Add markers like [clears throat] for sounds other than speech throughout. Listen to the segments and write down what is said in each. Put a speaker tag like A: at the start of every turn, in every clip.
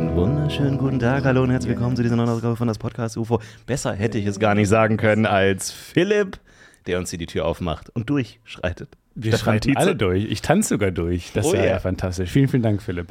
A: Schönen guten Tag, hallo und herzlich willkommen zu dieser neuen Ausgabe von das Podcast UFO. Besser hätte ich es gar nicht sagen können als Philipp, der uns hier die Tür aufmacht und durchschreitet.
B: Wir
A: Das
B: schreiten
A: Frantize-
B: alle durch. Ich tanze sogar durch. Das
A: Oh
B: ist ja,
A: ja.
B: fantastisch. Vielen, vielen Dank, Philipp.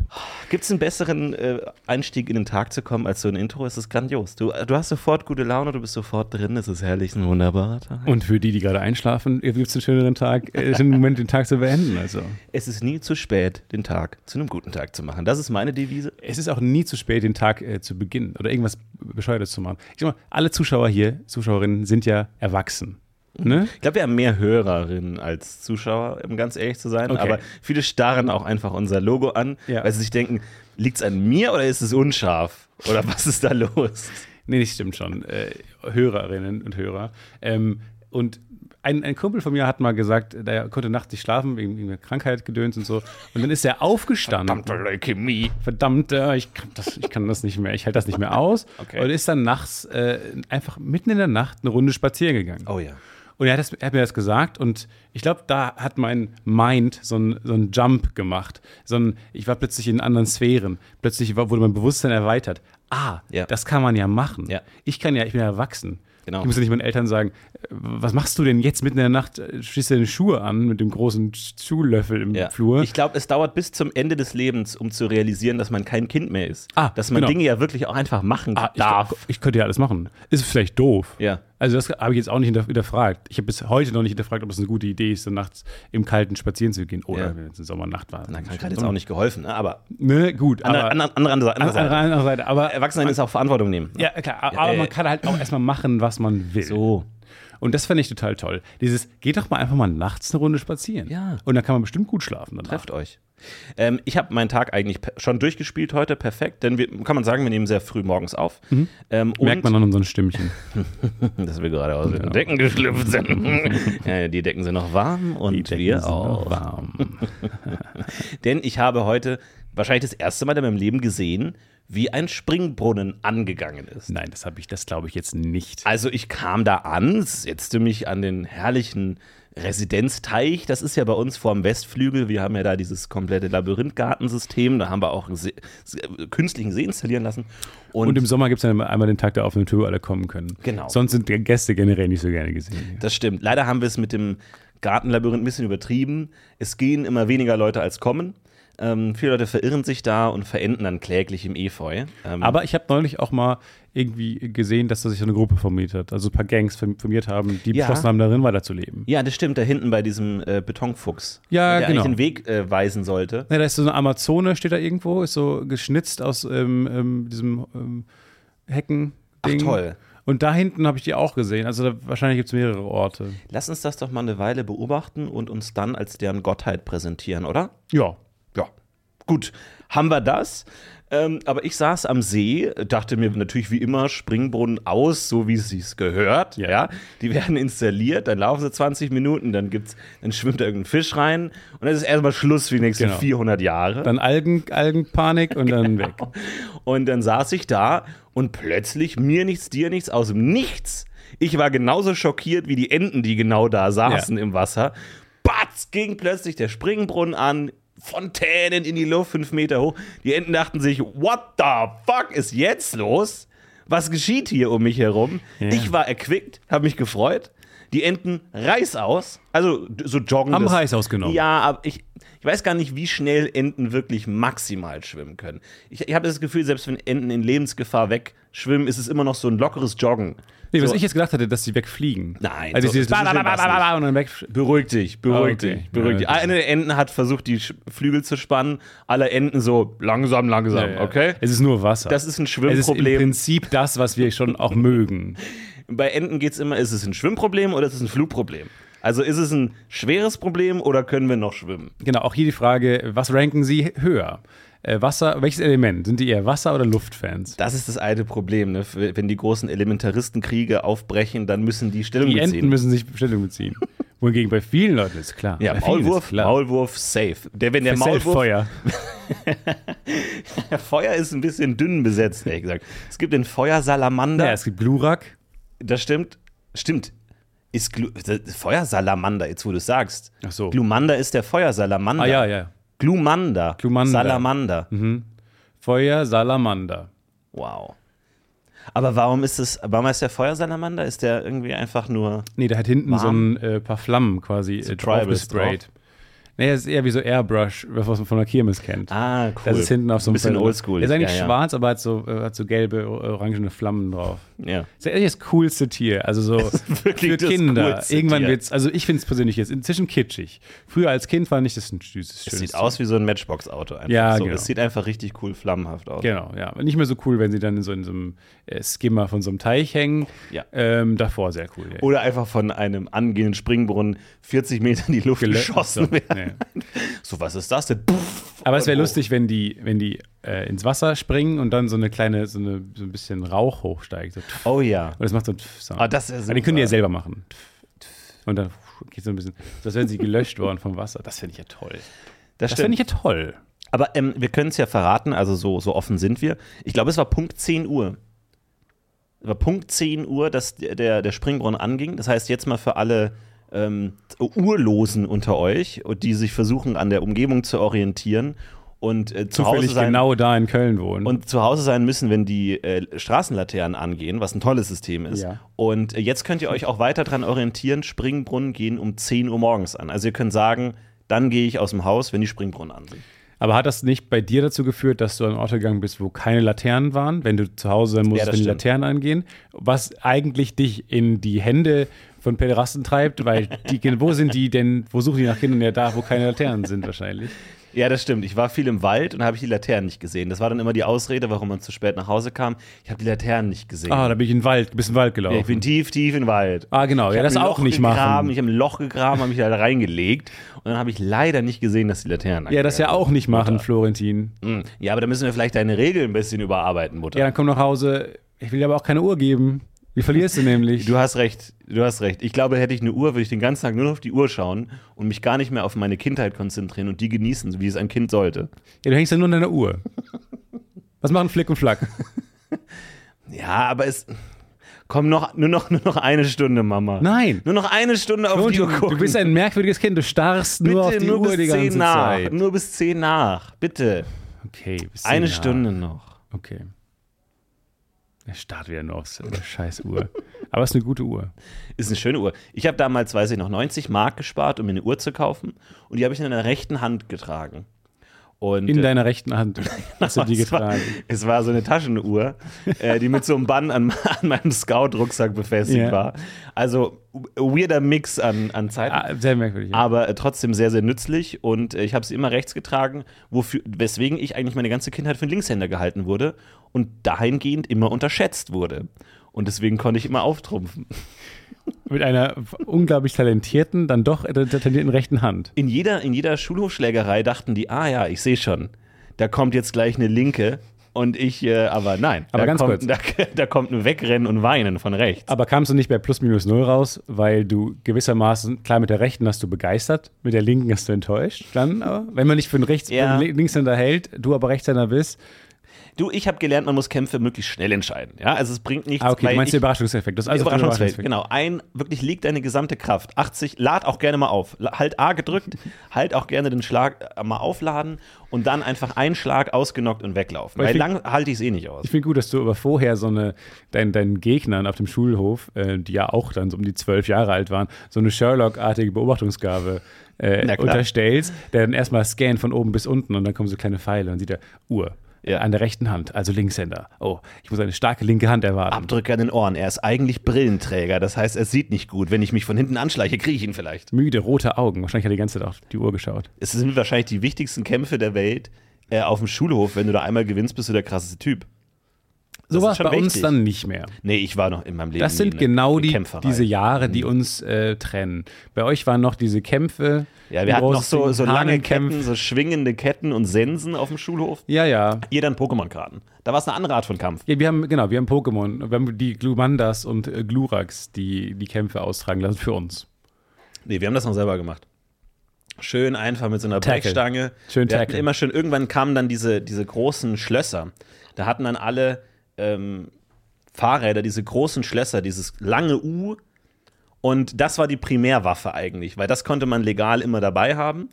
A: Gibt es einen besseren äh, Einstieg in den Tag zu kommen als so ein Intro? Es ist grandios. Du, du hast sofort gute Laune, du bist sofort drin, es ist herrlich, ein wunderbarer Tag.
B: Und für die, die gerade einschlafen, gibt es einen schöneren Tag, äh, schönen Moment, den Tag zu beenden. Also.
A: Es ist nie zu spät, den Tag zu einem guten Tag zu machen. Das ist meine Devise.
B: Es ist auch nie zu spät, den Tag äh, zu beginnen oder irgendwas Bescheuertes zu machen. Ich sag mal, alle Zuschauer hier, Zuschauerinnen, sind ja erwachsen. Ne?
A: Ich glaube, wir haben mehr Hörerinnen als Zuschauer, um ganz ehrlich zu sein.
B: Okay.
A: Aber viele starren auch einfach unser Logo an,
B: Ja.
A: weil sie sich denken, liegt es an mir oder ist es unscharf? Oder was ist da los?
B: Nee, das stimmt schon. Äh, Hörerinnen und Hörer. Ähm, und ein, ein Kumpel von mir hat mal gesagt, der konnte nachts nicht schlafen, wegen wegen einer Krankheit gedöns und so. Und dann ist er aufgestanden.
A: Leukämie.
B: verdammt, äh, ich, kann das, ich kann das nicht mehr, ich halte das nicht mehr aus.
A: [laughs] Okay.
B: Und ist dann nachts äh, einfach mitten in der Nacht eine Runde spazieren gegangen.
A: Oh ja.
B: Und er hat, das, er hat mir das gesagt und ich glaube, da hat mein Mind so einen so einen Jump gemacht. So ein, ich war plötzlich in anderen Sphären. Plötzlich war, wurde mein Bewusstsein erweitert. Ah,
A: Ja.
B: das kann man ja machen.
A: Ja.
B: Ich kann ja, ich bin ja erwachsen.
A: Genau.
B: Ich muss ja nicht meinen Eltern sagen, äh, was machst du denn jetzt mitten in der Nacht? Äh, Schließt du deine Schuhe an mit dem großen Schuhlöffel im
A: Ja.
B: Flur?
A: Ich glaube, es dauert bis zum Ende des Lebens, um zu realisieren, dass man kein Kind mehr ist.
B: Ah,
A: dass man
B: genau.
A: Dinge ja wirklich auch einfach machen
B: Ah, ich,
A: darf.
B: ich könnte ja alles machen. Ist vielleicht doof.
A: Ja.
B: Also das habe ich jetzt auch nicht hinter, hinterfragt. Ich habe bis heute noch nicht hinterfragt, ob es eine gute Idee ist, so nachts im Kalten spazieren zu gehen. Oder
A: Ja.
B: wenn es eine Sommernacht war.
A: Na, kann gerade jetzt auch nicht geholfen, ne? aber
B: Ne, gut.
A: andere,
B: aber,
A: andere, andere, andere,
B: an-
A: andere Seite.
B: an- andere Seite. Aber,
A: Erwachsene ist auch Verantwortung nehmen.
B: ja, klar.
A: Ja,
B: aber
A: äh,
B: man kann halt auch erstmal machen, was man will.
A: So.
B: Und das fände ich total toll. Dieses, geht doch mal einfach mal nachts eine Runde spazieren.
A: Ja.
B: Und dann kann man bestimmt gut schlafen danach.
A: Trefft euch. Ähm, ich habe meinen Tag eigentlich per- schon durchgespielt heute, perfekt, denn wir, kann man sagen, wir nehmen sehr früh morgens auf. Ähm,
B: Mhm. Merkt
A: und-
B: man an
A: [laughs]
B: unseren Stimmchen.
A: dass wir gerade aus den Decken geschlüpft
B: [laughs]
A: sind. ja, die Decken sind noch warm und wir
B: Sind
A: auch.
B: warm.
A: Denn ich habe heute wahrscheinlich das erste Mal in meinem Leben gesehen, wie ein Springbrunnen angegangen ist.
B: Nein, das habe ich, das glaube ich jetzt nicht.
A: Also ich kam da an, setzte mich an den herrlichen Residenzteich. Das ist ja bei uns vorm Westflügel. Wir haben ja da dieses komplette Labyrinthgartensystem. Da haben wir auch einen See, Se- künstlichen See installieren lassen. Und,
B: Und im Sommer gibt es dann einmal den Tag der offenen Tür, wo alle kommen können.
A: Genau. Mhm.
B: Sonst sind die Gäste generell nicht so gerne gesehen.
A: das stimmt. Leider haben wir es mit dem Gartenlabyrinth ein bisschen übertrieben. Es gehen immer weniger Leute als kommen. Ähm, viele Leute verirren sich da und verenden dann kläglich im Efeu. Ähm,
B: Aber ich habe neulich auch mal irgendwie gesehen, dass da sich so eine Gruppe formiert hat. Also ein paar Gangs form- formiert haben, die
A: Ja.
B: beschlossen haben, darin weiterzuleben.
A: ja, das stimmt, da hinten bei diesem äh, Betonfuchs,
B: Ja,
A: der
B: genau.
A: eigentlich den Weg äh, weisen sollte.
B: Ja, da ist so eine Amazone, steht da irgendwo, ist so geschnitzt aus ähm, ähm, diesem ähm, Hecken.
A: Ach, toll.
B: Und da hinten habe ich die auch gesehen. Also da, wahrscheinlich gibt es mehrere Orte.
A: Lass uns das doch mal eine Weile beobachten und uns dann als deren Gottheit präsentieren, oder?
B: Ja.
A: Ja. Gut, haben wir das. Ähm, aber ich saß am See, dachte mir natürlich wie immer, Springbrunnen aus, so wie es sich gehört. Ja.
B: Ja.
A: Die werden installiert, dann laufen sie 20 Minuten, dann, gibt's, dann schwimmt da irgendein Fisch rein und dann ist erstmal Schluss für die nächsten
B: Genau.
A: 400 Jahre.
B: Dann Algen, Algenpanik
A: [laughs]
B: und dann weg.
A: Und dann saß ich da und plötzlich mir nichts, dir nichts, aus dem Nichts. Ich war genauso schockiert wie die Enten, die genau da saßen im Wasser. Batz ging plötzlich der Springbrunnen an, Fontänen in die Luft, fünf Meter hoch. Die Enten dachten sich, what the fuck ist jetzt los? Was geschieht hier um mich herum?
B: Ja.
A: Ich war erquickt, habe mich gefreut. Die Enten reißaus, also d- so joggen.
B: Haben
A: das-
B: reißaus genommen.
A: Ja, aber ich, ich weiß gar nicht, wie schnell Enten wirklich maximal schwimmen können. Ich, ich habe das Gefühl, selbst wenn Enten in Lebensgefahr wegschwimmen, ist es immer noch so ein lockeres Joggen.
B: Nee, was
A: so,
B: ich jetzt gedacht hatte, dass die wegfliegen.
A: Nein,
B: Also
A: so-
B: dieses
A: Ba, ba, ba, ba, ba, ba,
B: und dann weg,
A: Beruhig dich, beruhig
B: Ah, okay.
A: dich, beruhig
B: Ja,
A: dich. Eine der Enten hat versucht, die Sch- Flügel zu spannen. Alle Enten so langsam, langsam,
B: Ja, ja.
A: okay?
B: Es ist nur Wasser.
A: Das ist ein
B: es ist im
A: Schwimmproblem.
B: Prinzip das, was wir schon auch mögen.
A: Bei Enten geht es immer, ist es ein Schwimmproblem oder ist es ein Flugproblem? Also ist es ein schweres Problem oder können wir noch schwimmen?
B: Genau, auch hier die Frage, was ranken Sie höher? Äh, Wasser, welches Element? Sind die eher Wasser- oder Luftfans?
A: Das ist das alte Problem. Ne? Wenn die großen Elementaristenkriege aufbrechen, dann müssen die Stellung
B: Die
A: beziehen.
B: Enten müssen sich Stellung beziehen. Wohingegen bei vielen Leuten ist klar.
A: Ja,
B: bei vielen
A: Maulwurf,
B: ist klar.
A: Maulwurf safe. Der, wenn der
B: Bei
A: Maulwurf,
B: Selbstfeuer.
A: der Feuer ist ein bisschen dünn besetzt, ehrlich gesagt. Es gibt den Feuersalamander.
B: Ja, es gibt Glurak.
A: Das stimmt. Stimmt. Ist Glu das- Feuersalamander, jetzt wo du es sagst.
B: Ach so.
A: Glumander ist der Feuersalamander.
B: Ah ja, Mhm. ja.
A: Glumander.
B: Glumander.
A: Salamander.
B: Feuer, Salamander.
A: Wow. Aber warum ist es, warum heißt der Feuersalamander? Ist der irgendwie einfach nur.
B: Nee, der hat hinten so
A: Warm.
B: ein äh, paar Flammen quasi äh, drauf
A: Tribals
B: gesprayt. Naja, das ist eher wie so Airbrush, was man von der Kirmes kennt.
A: Ah, cool.
B: Das ist hinten auf so
A: ein bisschen
B: Fell-
A: oldschool.
B: Der ist eigentlich
A: Ja, ja.
B: schwarz, aber hat so, äh, hat so gelbe, o- orangene Flammen drauf.
A: Ja.
B: Das ist eigentlich das coolste Tier. Also so
A: wirklich [laughs]
B: für
A: das
B: Kinder.
A: coolste
B: Irgendwann
A: Tier.
B: wird's, also ich finde es persönlich jetzt inzwischen kitschig. Früher als Kind fand ich das ein süßes,
A: Es
B: schönes
A: sieht
B: Tier.
A: aus wie so ein Matchbox-Auto einfach.
B: Ja,
A: so,
B: genau.
A: Es sieht einfach richtig cool flammenhaft aus.
B: Genau, ja. Nicht mehr so cool, wenn sie dann in so, in so einem äh, Skimmer von so einem Teich hängen.
A: Ja.
B: Ähm, davor sehr cool. Ja.
A: Oder einfach von einem angehenden Springbrunnen 40 Meter in die Luft
B: Gele-
A: geschossen
B: so,
A: werden. Oh. So, was ist das denn? Puff,
B: Aber es wäre
A: und hoch.
B: lustig, wenn die, wenn die äh, ins Wasser springen und dann so eine kleine, so, eine, so ein bisschen Rauch hochsteigt. So, tff.
A: Oh ja.
B: und das macht so ein Tff Sound.
A: Ah, das wär
B: Aber die können die
A: super.
B: ja selber machen. Tff, tff. Und dann geht so ein bisschen, so als wären sie gelöscht worden vom Wasser. Das finde ich ja toll.
A: Das,
B: Das
A: stimmt.
B: finde ich ja toll.
A: Aber ähm, wir können es ja verraten, also so, so offen sind wir. Ich glaube, es war Punkt 10 Uhr. Es war Punkt 10 Uhr, dass der- der, der Springbrunnen anging. Das heißt, jetzt mal für alle ähm, Urlosen unter euch, und die sich versuchen, an der Umgebung zu orientieren und äh, zu Hause
B: Zufällig
A: sein
B: genau da in Köln wohnen.
A: und zu Hause sein müssen, wenn die äh, Straßenlaternen angehen, was ein tolles System ist.
B: Ja.
A: Und äh, jetzt könnt ihr euch auch weiter dran orientieren. Springbrunnen gehen um 10 Uhr morgens an. Also ihr könnt sagen, dann gehe ich aus dem Haus, wenn die Springbrunnen an sind.
B: Aber hat das nicht bei dir dazu geführt, dass du an Orte gegangen bist, wo keine Laternen waren, wenn du zu Hause sein musst,
A: das
B: wenn die
A: stimmt.
B: Laternen angehen? Was eigentlich dich in die Hände von Pederasten treibt, weil die, wo sind die denn, wo suchen die nach Kindern? Ja, da, wo keine Laternen sind wahrscheinlich.
A: Ja, das stimmt. Ich war viel im Wald und habe ich die Laternen nicht gesehen. Das war dann immer die Ausrede, warum man zu spät nach Hause kam. Ich habe die Laternen nicht gesehen.
B: Ah, da bin ich in den Wald, bist in den Wald
A: Ja, ich
B: gelaufen.
A: bin tief, tief im Wald.
B: ah, genau,
A: Ich
B: ja,
A: hab
B: das
A: ein
B: auch
A: Loch
B: nicht
A: gegraben,
B: machen.
A: Ich habe ein Loch gegraben, habe mich da reingelegt und dann habe ich leider nicht gesehen, dass die Laternen
B: Ja, das ja
A: angegangen
B: auch nicht machen, Florentin.
A: sind. Hm. Ja, aber da müssen wir vielleicht deine Regeln ein bisschen überarbeiten, Mutter.
B: Ja, dann komm nach Hause. Ich will dir aber auch keine Uhr geben. Wie verlierst du nämlich?
A: Du hast recht, du hast recht. Ich glaube, hätte ich eine Uhr, würde ich den ganzen Tag nur noch auf die Uhr schauen und mich gar nicht mehr auf meine Kindheit konzentrieren und die genießen, so wie es ein Kind sollte.
B: ja, du hängst ja nur an deiner Uhr. Was machen Flick und Flack?
A: Ja, aber es. Komm, noch, nur, noch, nur noch eine Stunde, Mama.
B: Nein.
A: Nur noch eine Stunde [laughs] auf die
B: Florentin,
A: Uhr gucken.
B: du bist ein merkwürdiges Kind, du starrst nur auf die Uhr die ganze
A: nach.
B: Zeit.
A: Nur bis 10 nach. Bitte.
B: Okay, bis zehn
A: Eine
B: nach.
A: Stunde noch.
B: Okay. Er starrt wieder nur auf seine scheiß Uhr. Aber es ist eine gute Uhr.
A: Ist eine schöne Uhr. Ich habe damals, weiß ich noch, 90 Mark gespart, um mir eine Uhr zu kaufen. Und die habe ich in der rechten Hand getragen. Und,
B: In
A: äh,
B: deiner rechten
A: [laughs]
B: Hand hast du die
A: es war,
B: getragen.
A: es war so eine Taschenuhr, äh, die mit so einem Bann an, [laughs] an meinem Scout-Rucksack befestigt
B: Ja.
A: war. Also weirder Mix an, an Zeiten.
B: Ah, sehr merkwürdig. ja.
A: aber äh, trotzdem sehr, sehr nützlich. Und äh, ich habe sie immer rechts getragen, wofür, weswegen ich eigentlich meine ganze Kindheit für einen Linkshänder gehalten wurde und dahingehend immer unterschätzt wurde. Und deswegen konnte ich immer auftrumpfen.
B: Mit einer unglaublich talentierten, dann doch äh, talentierten rechten Hand.
A: In jeder, in jeder Schulhofschlägerei dachten die, ah ja, ich sehe schon, da kommt jetzt gleich eine Linke. Und ich, äh, aber nein.
B: Aber
A: da
B: ganz
A: kommt,
B: kurz.
A: [laughs] Da, da kommt ein Wegrennen und Weinen von rechts.
B: Aber kamst du nicht bei plus minus null raus, weil du gewissermaßen, klar, mit der rechten hast du begeistert, mit der linken hast du enttäuscht. Dann, aber, wenn man nicht für einen Rechts
A: Ja.
B: für einen Linkshänder hält, du aber Rechtshänder bist,
A: Du, ich habe gelernt, man muss Kämpfe möglichst schnell entscheiden. Ja, also es bringt nichts.
B: Ah, okay,
A: weil
B: du meinst
A: ich,
B: den Überraschungseffekt. Das ist also auf den
A: Überraschungsfeld, genau. Ein, wirklich leg deine gesamte Kraft. 80, lad auch gerne mal auf. La- Halt A
B: [laughs]
A: gedrückt, halt auch gerne den Schlag äh, mal aufladen und dann einfach einen Schlag ausgenockt und weglaufen.
B: Weil
A: Weil
B: ich
A: lang halte ich es eh nicht aus.
B: Ich finde gut, dass du aber vorher so eine, deinen, deinen Gegnern auf dem Schulhof, äh, die ja auch dann so um die zwölf Jahre alt waren, so eine Sherlock-artige Beobachtungsgabe
A: Na
B: äh,
A: klar.
B: unterstellst, der dann erstmal scannt von oben bis unten und dann kommen so kleine Pfeile und sieht er Uhr.
A: Ja.
B: An der rechten Hand, also Linkshänder. Oh, ich muss eine starke linke Hand erwarten.
A: Abdrücke an den Ohren. Er ist eigentlich Brillenträger. Das heißt, er sieht nicht gut. Wenn ich mich von hinten anschleiche, kriege ich ihn vielleicht.
B: Müde, rote Augen. Wahrscheinlich hat er die ganze Zeit auf die Uhr geschaut.
A: Es sind wahrscheinlich die wichtigsten Kämpfe der Welt äh, auf dem Schulhof. Wenn du da einmal gewinnst, bist du der krasseste Typ.
B: So war es
A: ist
B: bei
A: schon
B: uns
A: wichtig.
B: dann nicht mehr.
A: Nee, ich war noch in meinem Leben.
B: Das
A: nie
B: sind
A: eine-
B: genau
A: eine
B: die,
A: Kämpferei. Mhm.
B: diese Jahre, die uns äh, trennen. Bei euch waren noch diese Kämpfe.
A: Ja,
B: die
A: wir hatten noch
B: großen
A: so, so lange
B: Hahnenkämpfe.
A: Ketten, so schwingende Ketten und Sensen auf dem Schulhof.
B: Ja, ja.
A: Ihr dann Pokémon-Karten. Da war es eine andere Art von Kampf.
B: Ja, wir haben, genau, wir haben Pokémon. Wir haben die Glumandas und äh, Glurax, die die Kämpfe austragen lassen für uns.
A: Nee, wir haben das noch selber gemacht. Schön einfach mit so einer
B: Tackle.
A: Brechstange.
B: Schön
A: wir hatten
B: tackle.
A: immer schön, irgendwann kamen dann diese, diese großen Schlösser. Da hatten dann alle ähm, Fahrräder diese großen Schlösser, dieses lange U. Und das war die Primärwaffe eigentlich, weil das konnte man legal immer dabei haben.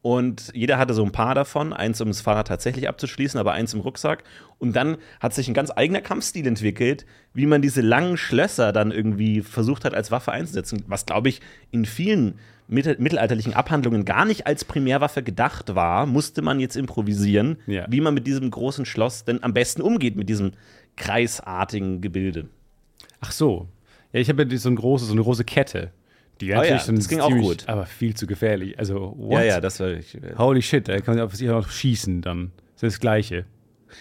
A: Und jeder hatte so ein paar davon, eins um das Fahrrad tatsächlich abzuschließen, aber eins im Rucksack. Und dann hat sich ein ganz eigener Kampfstil entwickelt, wie man diese langen Schlösser dann irgendwie versucht hat, als Waffe einzusetzen. Was, glaube ich, in vielen mittel mittelalterlichen Abhandlungen gar nicht als Primärwaffe gedacht war, musste man jetzt improvisieren,
B: Ja.
A: wie man mit diesem großen Schloss denn am besten umgeht, mit diesem kreisartigen Gebilde.
B: Ach so. Ja, ich habe ja die- so, ein großes, so eine große Kette. Die natürlich
A: Oh ja,
B: schon
A: das ging auch
B: ziemlich-
A: gut.
B: Aber viel zu gefährlich. Also, what?
A: Ja, ja, das war ich. äh, Ich
B: Holy shit, da kann man auf sich auch noch schießen dann. Das ist das Gleiche.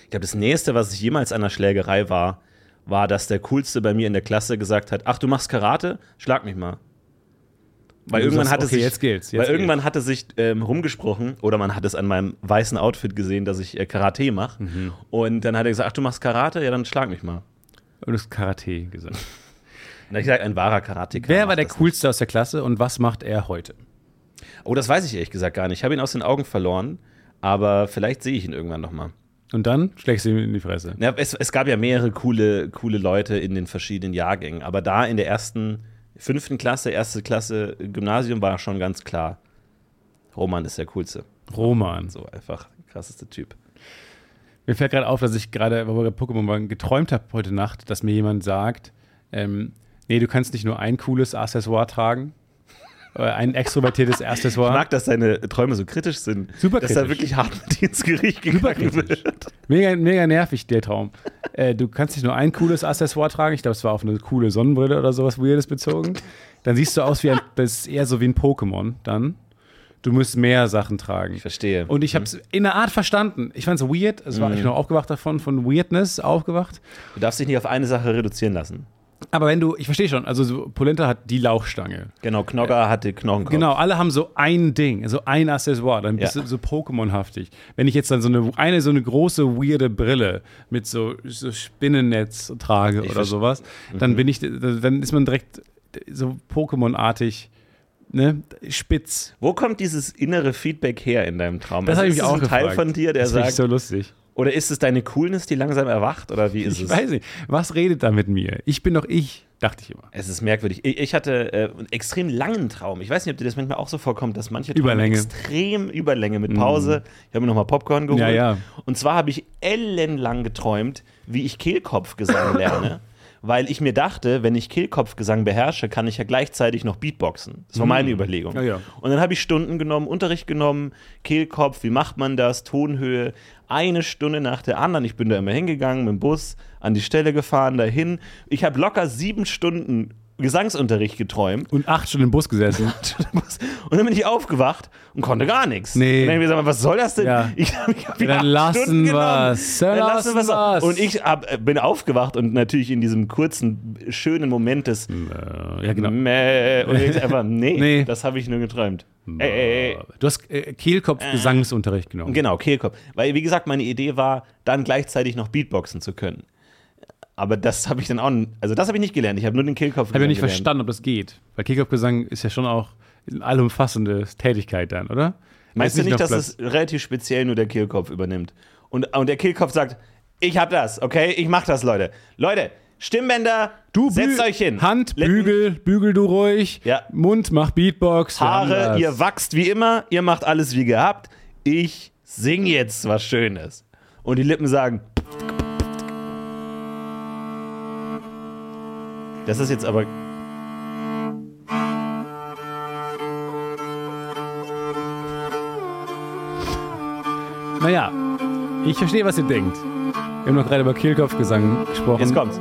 A: glaube, das nächste, was ich jemals an einer Schlägerei war, war, dass der Coolste bei mir in der Klasse gesagt hat: Ach, du machst Karate? Schlag mich mal. Weil
B: Du
A: irgendwann,
B: sagst,
A: hatte
B: okay,
A: sich,
B: jetzt geht's, jetzt
A: weil irgendwann hatte sich ähm, rumgesprochen, oder man hat es an meinem weißen Outfit gesehen, dass ich äh, Karate mache.
B: Mhm.
A: Und dann hat er gesagt: Ach, du machst Karate? Ja, dann schlag mich mal.
B: Und das Karate gesagt.
A: Na, ich sag, ein wahrer Karateka.
B: Wer war
A: macht
B: der
A: das
B: coolste aus der Klasse und was macht er heute?
A: nicht. Oh, das weiß ich ehrlich gesagt gar nicht. Ich habe ihn aus den Augen verloren, aber vielleicht sehe ich ihn irgendwann nochmal.
B: Und dann schlägst du ihm in die Fresse.
A: Ja, es, es gab ja mehrere coole, coole Leute in den verschiedenen Jahrgängen, aber da in der ersten, fünften Klasse, erste Klasse äh, Gymnasium war schon ganz klar, Roman ist der coolste.
B: Roman.
A: So einfach, krasseste Typ.
B: Mir fällt gerade auf, dass ich gerade, weil wir gerade Pokémon waren, geträumt habe heute Nacht, dass mir jemand sagt, ähm, nee, du kannst nicht nur ein cooles Accessoire tragen, [laughs] äh, ein extrovertiertes Accessoire.
A: Ich mag, dass deine Träume so kritisch sind,
B: Super
A: dass da
B: kritisch.
A: wirklich hart mit dir ins Gericht gegangen
B: Überkritisch.
A: wird.
B: Mega, mega nervig, der Traum. [laughs] Äh, du kannst nicht nur ein cooles Accessoire tragen, ich glaube, es war auf eine coole Sonnenbrille oder sowas Weirdes bezogen. Dann siehst du aus wie ein, das ist eher so wie ein Pokémon dann. Du musst mehr Sachen tragen.
A: Ich verstehe. Mhm.
B: Und ich habe es in einer Art verstanden. Ich fand es weird. Es war, ich bin auch aufgewacht davon, von Weirdness aufgewacht.
A: du darfst dich nicht auf eine Sache reduzieren lassen.
B: Aber wenn du, ich verstehe schon, also so, Polenta hat die Lauchstange.
A: Genau, Knogger hatte Knochenkopf.
B: Genau, alle haben so ein Ding, so ein Accessoire, dann bist
A: Oh. Ja.
B: du so Pokémon-haftig. Wenn ich jetzt dann so eine, eine so eine große, weirde Brille mit so, so Spinnennetz trage oder
A: verste- Mhm.
B: sowas, dann bin ich, dann ist man direkt so Pokémon-artig, ne, spitz.
A: Wo kommt dieses innere Feedback her in deinem Traum? Also
B: Das habe ich
A: ist
B: mich auch
A: es ein Teil
B: gefragt.
A: von dir, der
B: das find
A: sagt,
B: ich so lustig.
A: oder ist es deine Coolness, die langsam erwacht, oder wie ist
B: Ich
A: es?
B: weiß nicht, was redet da mit mir? Ich bin doch ich, dachte ich immer.
A: Es ist merkwürdig. Ich, ich hatte äh, einen extrem langen Traum. Ich weiß nicht, ob dir das manchmal auch so vorkommt, dass manche Träume
B: Überlänge. Mhm.
A: extrem Überlänge mit Pause. Ich habe mir nochmal Popcorn geholt.
B: Ja, ja.
A: Und zwar habe ich ellenlang geträumt, wie ich
B: [laughs]
A: Kehlkopfgesang lerne. Weil ich mir dachte, wenn ich Kehlkopfgesang beherrsche, kann ich ja gleichzeitig noch Beatboxen. Das war meine Überlegung.
B: Mhm. Ja, ja.
A: Und dann habe ich Stunden genommen, Unterricht genommen, Kehlkopf, wie macht man das, Tonhöhe, eine Stunde nach der anderen. Ich bin da immer hingegangen mit dem Bus, an die Stelle gefahren, dahin. Ich habe locker sieben Stunden Gesangsunterricht geträumt.
B: Und acht Stunden im
A: [laughs]
B: Bus gesessen.
A: Und dann bin ich aufgewacht und konnte gar nichts.
B: Nee.
A: Und dann hab ich gesagt, was soll das denn?
B: Ja.
A: Ich, ich hab
B: Ja, dann
A: acht
B: lassen
A: Stunden genommen.
B: wir's.
A: Dann lassen
B: Lassen wir's.
A: wir's. Und ich hab, äh, bin aufgewacht und natürlich in diesem kurzen, schönen Moment des
B: ja, genau.
A: Mhm. Mäh. Und ich einfach, nee,
B: [laughs] Nee.
A: das habe ich nur geträumt. Ey, ey, ey.
B: Du hast äh, Kehlkopf-Gesangsunterricht genommen.
A: Genau, Kehlkopf. Weil, wie gesagt, meine Idee war, dann gleichzeitig noch Beatboxen zu können. Aber das habe ich dann auch, n- also das habe ich nicht gelernt. Ich habe nur den Kehlkopf
B: Habe ja nicht
A: gelernt.
B: verstanden, ob das geht. Weil Kehlkopfgesang ist ja schon auch eine allumfassende Tätigkeit dann, oder?
A: Meinst du
B: Ist
A: nicht,
B: noch
A: dass es relativ speziell nur der Kehlkopf übernimmt? Und, und der Kehlkopf sagt, ich hab das, okay? Ich mach das, Leute. Leute, Stimmbänder,
B: Du
A: setzt
B: bü-
A: euch hin.
B: Hand,
A: Letten-
B: bügel, bügel du ruhig.
A: Ja.
B: Mund, mach Beatbox. wir haben
A: Haare,
B: das.
A: ihr wachst wie immer, ihr macht alles wie gehabt. Ich sing jetzt was Schönes. Und die Lippen sagen. Das ist jetzt aber.
B: Naja, ich verstehe, was ihr denkt. Wir haben noch gerade über Kehlkopfgesang gesprochen.
A: Jetzt kommt's.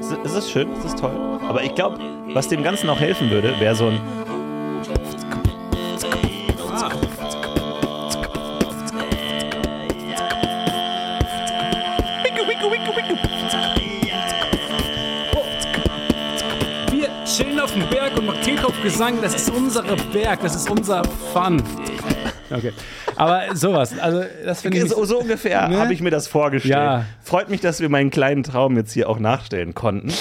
A: Es ist- Es ist schön, es ist toll. Aber ich glaube, was dem Ganzen auch helfen würde, wäre so ein.
B: Wir chillen auf dem Berg und machen Kehlkopfgesang. Das ist unsere Berg, das ist unser Fun. Okay, aber sowas. Also das finde ich.
A: So, so ungefähr
B: [laughs] Ne?
A: habe ich mir das vorgestellt.
B: Ja.
A: Freut mich, dass wir meinen kleinen Traum jetzt hier auch nachstellen konnten.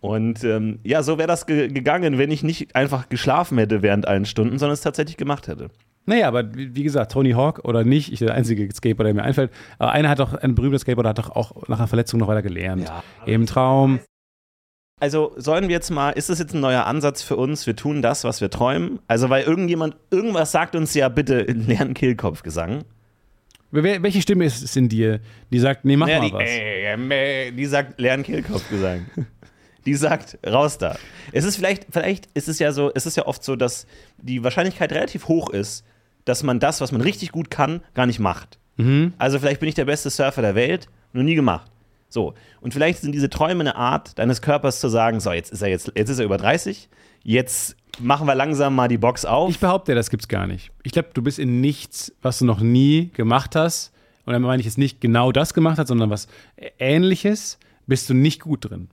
A: Und ähm, ja, so wäre das ge gegangen, wenn ich nicht einfach geschlafen hätte während allen Stunden, sondern es tatsächlich gemacht hätte.
B: Naja, aber wie wie gesagt, Tony Hawk oder nicht, ich der einzige Skateboarder, der mir einfällt. Aber einer hat doch, ein berühmter Skateboarder hat doch auch nach einer Verletzung noch weiter gelernt.
A: Ja.
B: Im Traum.
A: Also sollen wir jetzt mal, ist das jetzt ein neuer Ansatz für uns? Wir tun das, was wir träumen. Also, weil irgendjemand irgendwas sagt uns ja, bitte [laughs] lern Kehlkopfgesang.
B: Wer, welche Stimme ist es in dir, die sagt, nee, mach
A: Ja,
B: mal
A: die,
B: was?
A: äh, äh, die sagt, lern Kehlkopfgesang. [laughs] die sagt, raus da. Es ist vielleicht, vielleicht ist es ja so, es ist ja oft so, dass die Wahrscheinlichkeit relativ hoch ist, dass man das, was man richtig gut kann, gar nicht macht.
B: Mhm.
A: Also vielleicht bin ich der beste Surfer der Welt, noch nie gemacht. So. Und vielleicht sind diese Träume eine Art deines Körpers zu sagen, so, jetzt ist er jetzt, jetzt ist er über 30, jetzt machen wir langsam mal die Box auf.
B: Ich behaupte, das gibt's gar nicht. Ich glaube, du bist in nichts, was du noch nie gemacht hast. Und dann meine ich jetzt nicht genau das gemacht hast, sondern was Ähnliches, bist du nicht gut drin.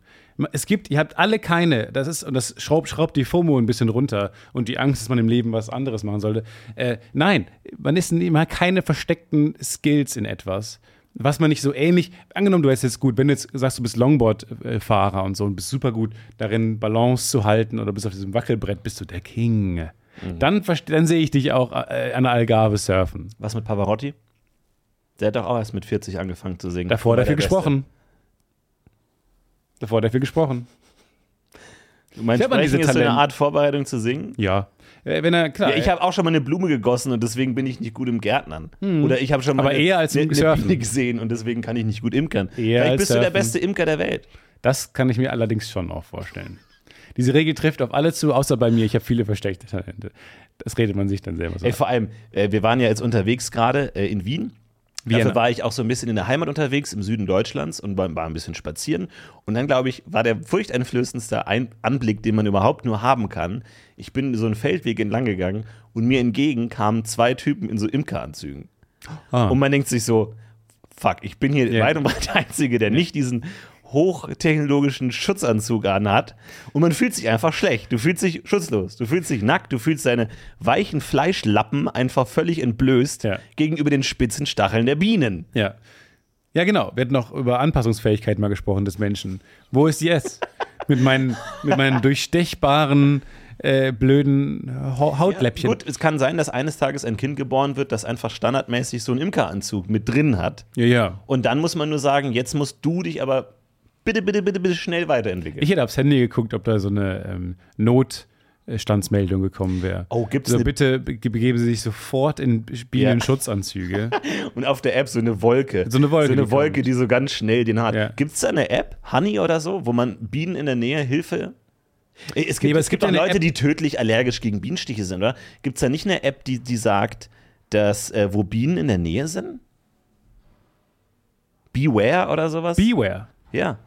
B: Es gibt, ihr habt alle keine, das ist, und das schraubt, schraubt die FOMO ein bisschen runter und die Angst, dass man im Leben was anderes machen sollte. Äh, nein, man ist immer keine versteckten Skills in etwas. Was man nicht so ähnlich, angenommen, du wärst jetzt gut, wenn du jetzt sagst, du bist Longboard-Fahrer und so und bist super gut darin, Balance zu halten oder bist auf diesem Wackelbrett, bist du der King.
A: Mhm.
B: Dann, verste- dann sehe ich dich auch äh, an der Algarve surfen.
A: Was mit Pavarotti? Der hat doch auch erst mit 40 angefangen zu singen.
B: Davor
A: War
B: hat er viel
A: der Beste.
B: gesprochen. Davor hat er viel gesprochen.
A: Du meinst,
B: Ich hab an
A: Sprechen
B: diese
A: ist so eine
B: Talent-
A: Art Vorbereitung zu singen?
B: Ja. Äh, Wenn er, klar,
A: Ja, ich habe auch schon mal eine Blume gegossen und deswegen bin ich nicht gut im Gärtnern. Oder ich habe schon mal
B: Hm. Aber
A: eine,
B: eher als im
A: eine, eine
B: Surfen.
A: Biene gesehen und deswegen kann ich nicht gut imkern.
B: Eher
A: Vielleicht
B: als
A: bist du der
B: Surfen.
A: beste Imker der Welt.
B: das kann ich mir allerdings schon auch vorstellen. Diese Regel trifft auf alle zu, außer bei mir. Ich habe viele versteckte Talente. Das redet man sich dann selber so.
A: Ey, vor allem, äh, wir waren ja jetzt unterwegs gerade äh, in Wien.
B: Vienna.
A: Dafür war ich auch so ein bisschen in der Heimat unterwegs, im Süden Deutschlands und war, war ein bisschen spazieren. Und dann, glaube ich, war der furchteinflößendste ein Anblick, den man überhaupt nur haben kann. Ich bin so einen Feldweg entlang gegangen und mir entgegen kamen zwei Typen in so Imkeranzügen.
B: Ah.
A: Und man denkt sich so, fuck, ich bin hier
B: Ja.
A: weit und breit der Einzige, der nicht diesen hochtechnologischen Schutzanzug anhat. Und man fühlt sich einfach schlecht. Du fühlst dich schutzlos. Du fühlst dich nackt. Du fühlst deine weichen Fleischlappen einfach völlig entblößt
B: Ja.
A: gegenüber den spitzen Stacheln der Bienen.
B: Ja. Ja, genau. Wir hatten noch über Anpassungsfähigkeit mal gesprochen des Menschen. Wo ist die jetzt? mit, meinen, mit meinen durchstechbaren, äh, blöden Ha- Hautläppchen.
A: Gut, es kann sein, dass eines Tages ein Kind geboren wird, das einfach standardmäßig so einen Imkeranzug mit drin hat.
B: ja, ja.
A: Und dann muss man nur sagen, jetzt musst du dich aber bitte, bitte, bitte, bitte schnell weiterentwickeln.
B: Ich hätte aufs Handy geguckt, ob da so eine ähm, Notstandsmeldung gekommen wäre.
A: Oh, gibt's
B: so,
A: eine-
B: Bitte be- begeben Sie sich sofort in Bienenschutzanzüge.
A: [laughs] Und auf der App so eine Wolke.
B: So eine Wolke,
A: So eine
B: die
A: die Wolke, die so ganz schnell den hat.
B: Ja.
A: Gibt es da eine App, Honey oder so, wo man Bienen in der Nähe Hilfe. Äh, Es gibt,
B: aber es
A: es gibt,
B: gibt
A: auch
B: ja eine
A: Leute,
B: App-
A: die tödlich allergisch gegen Bienenstiche sind, oder? Gibt es da nicht eine App, die, die sagt, dass äh, wo Bienen in der Nähe sind? Beware oder sowas?
B: Beware.
A: ja.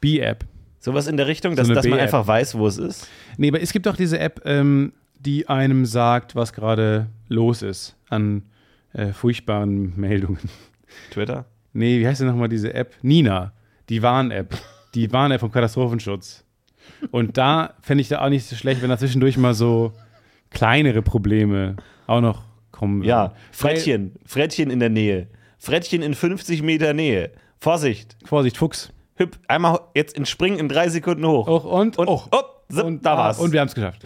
B: B-App.
A: Sowas in der Richtung, dass,
B: eine
A: dass man
B: B-App.
A: einfach weiß, wo es ist.
B: Nee, aber es gibt doch diese App, ähm, die einem sagt, was gerade los ist an äh, furchtbaren Meldungen.
A: Twitter.
B: Nee, wie heißt denn nochmal diese App? Nina, die Warn-App. Die Warn-App vom Katastrophenschutz. Und da fände ich da auch nicht so schlecht, wenn da zwischendurch mal so kleinere Probleme auch noch kommen würden.
A: Ja. Frettchen. Frettchen in der Nähe. Frettchen in 50 Meter Nähe. Vorsicht.
B: Weil, Vorsicht, Fuchs.
A: Hüpp. Einmal ho- jetzt in Springen in drei Sekunden hoch.
B: Och und,
A: Und,
B: och.
A: upp, zip,
B: und
A: da
B: ah,
A: war's.
B: Und wir haben es geschafft.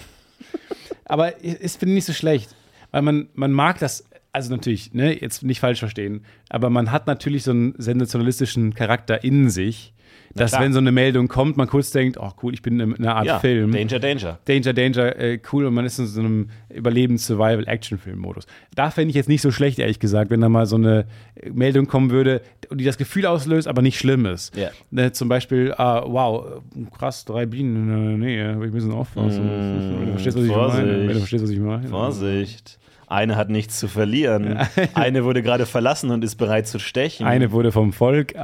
B: Aber ich, ich finde nicht so schlecht, weil man, man mag das, also natürlich, ne, jetzt nicht falsch verstehen, aber man hat natürlich so einen sensationalistischen Charakter in sich, dass
A: klar.
B: wenn so eine Meldung kommt, man kurz denkt, oh cool, ich bin in einer Art
A: ja,
B: Film.
A: Danger, Danger.
B: Danger, Danger, äh, cool und man ist in so einem Überlebens-Survival-Action-Film-Modus. Da fände ich jetzt nicht so schlecht, ehrlich gesagt, wenn da mal so eine äh, Meldung kommen würde, die das Gefühl auslöst, aber nicht schlimm ist.
A: Ja.
B: Ne, zum Beispiel, ah, wow, äh, krass, drei Bienen in der Nähe, aber ich müssen aufpassen. wenn du verstehst, was ich
A: Mm, Vorsicht.
B: meine. Wenn du verstehst, was ich meine.
A: Vorsicht. Eine hat nichts zu verlieren.
B: [laughs]
A: Eine wurde gerade verlassen und ist bereit zu stechen.
B: Eine wurde vom Volk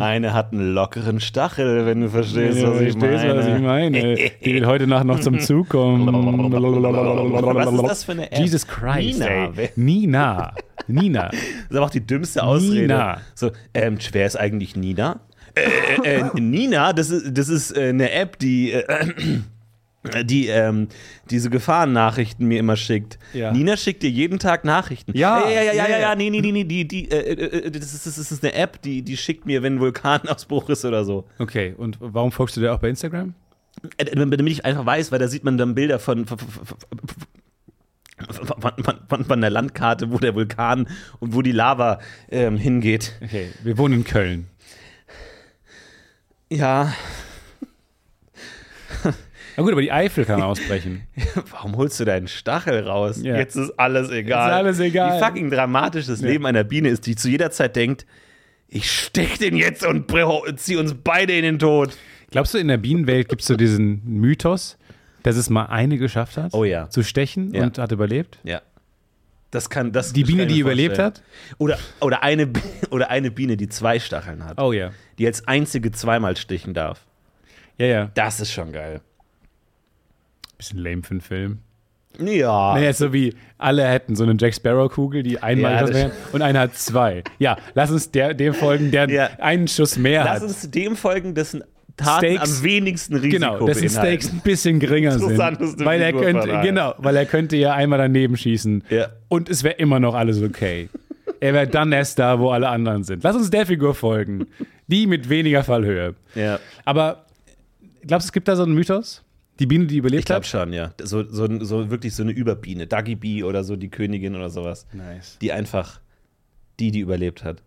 A: [laughs] Eine hat einen lockeren Stachel, wenn du verstehst,
B: Ja,
A: was, ich
B: verstehst,
A: meine.
B: was ich meine. Die will heute Nacht noch zum
A: [laughs]
B: Zug kommen.
A: Was ist das für eine App?
B: Jesus Christ,
A: Nina,
B: Nina.
A: wer-
B: Ey. Nina. Nina.
A: Das ist aber auch die dümmste Ausrede.
B: Nina.
A: So, ähm, wer ist eigentlich Nina? Äh, äh, äh, Nina, das ist, das ist äh, eine App, die, äh, die ähm, diese Gefahrennachrichten mir immer schickt.
B: Ja.
A: Nina schickt dir jeden Tag Nachrichten.
B: Ja,
A: ja, ja, ja, ja,
B: ja,
A: ja,
B: ja.
A: nee, nee, nee, nee, die, die, äh, äh, äh, das, ist, das ist eine App, die, die schickt mir, wenn ein Vulkanausbruch ist oder so.
B: Okay, und warum folgst du dir auch bei Instagram?
A: Äh, damit ich einfach weiß, weil da sieht man dann Bilder von, von, von, von, wann, wann, wann von der Landkarte, wo der Vulkan und wo die Lava ähm, hingeht.
B: Okay, wir wohnen in Köln.
A: Ja,
B: Na gut, aber die Eifel kann ausbrechen.
A: warum holst du deinen Stachel raus?
B: Ja.
A: Jetzt ist alles egal.
B: Ist alles egal.
A: Wie fucking dramatisch das Leben einer Biene ist, die zu jeder Zeit denkt, ich stech den jetzt und br- zieh uns beide in den Tod.
B: Glaubst du, in der Bienenwelt gibt es so diesen Mythos, dass es mal eine geschafft hat,
A: Oh ja.
B: zu stechen
A: Ja.
B: und hat überlebt?
A: Ja. Das kann das
B: Die Biene,
A: kann ich
B: die
A: mir
B: überlebt
A: vorstellen.
B: hat?
A: Oder, oder, eine, Bi- oder eine Biene, die zwei Stacheln hat,
B: Oh ja.
A: die als einzige zweimal stichen darf.
B: Ja, ja.
A: Das ist schon geil.
B: Bisschen lame für einen Film.
A: Ja.
B: Naja, ist so wie alle hätten so eine Jack Sparrow-Kugel, die einmal
A: Ja,
B: geschossen
A: das-
B: werden und einer hat zwei. Ja, lass uns der, dem folgen, der
A: Ja.
B: einen Schuss mehr
A: Lass
B: hat.
A: uns dem folgen, dessen Taten
B: Steaks-
A: am wenigsten Risiko
B: Genau, dessen
A: beinhalten.
B: Steaks ein bisschen geringer sind.
A: Interessanteste
B: Weil er
A: Figur
B: könnte,
A: von allen.
B: genau, weil er könnte ja einmal daneben schießen.
A: Ja.
B: Und es wäre immer noch alles okay. er wäre dann erst da, wo alle anderen sind. Lass uns der Figur folgen. Die mit weniger Fallhöhe.
A: Ja.
B: Aber glaubst du, es gibt da so einen Mythos? Die Biene, die überlebt
A: Ich glaube
B: hat?
A: schon, ja. So, so, so wirklich so eine Überbiene. Dagi Bee oder so, die Königin oder sowas.
B: Nice.
A: Die einfach die, die überlebt hat.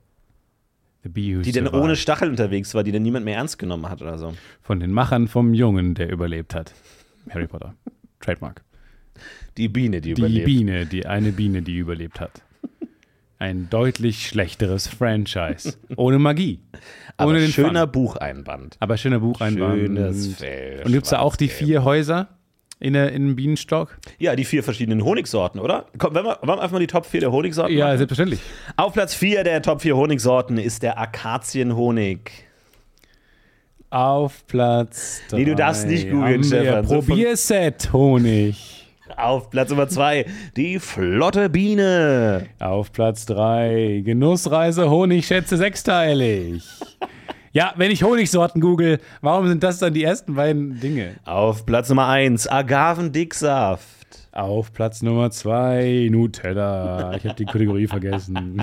B: The Bee Who
A: Die dann
B: Survived.
A: ohne Stachel unterwegs war, die dann niemand mehr ernst genommen hat oder so.
B: Von den Machern vom Jungen, der überlebt hat. Harry Potter. Trademark.
A: Die Biene, die,
B: Die
A: überlebt.
B: Biene, die eine Biene, die überlebt hat. Ein deutlich schlechteres Franchise. Ohne Magie.
A: Aber
B: ohne den
A: schöner
B: Fun.
A: Bucheinband.
B: Aber schöner Bucheinband.
A: Schönes Fell.
B: Und gibt es da auch die
A: schwarzgelb.
B: vier Häuser in, der, in dem Bienenstock?
A: Ja, die vier verschiedenen Honigsorten, oder? Komm, wollen wir, wollen wir einfach mal die Top 4 der Honigsorten
B: Ja,
A: machen?
B: selbstverständlich.
A: Auf Platz 4 der Top 4 Honigsorten ist der Akazienhonig.
B: Auf Platz drei.
A: Nee, du darfst nicht googeln,
B: haben wir
A: Stefan. So
B: Probierset Honig.
A: Auf Platz Nummer 2 die flotte Biene.
B: Auf Platz 3, Genussreise Honigschätze sechsteilig. ja, wenn ich Honigsorten google, warum sind das dann die ersten beiden Dinge?
A: Auf Platz Nummer 1 Agavendicksaft.
B: Auf Platz Nummer 2, Nutella. Ich habe die Kategorie [laughs] vergessen.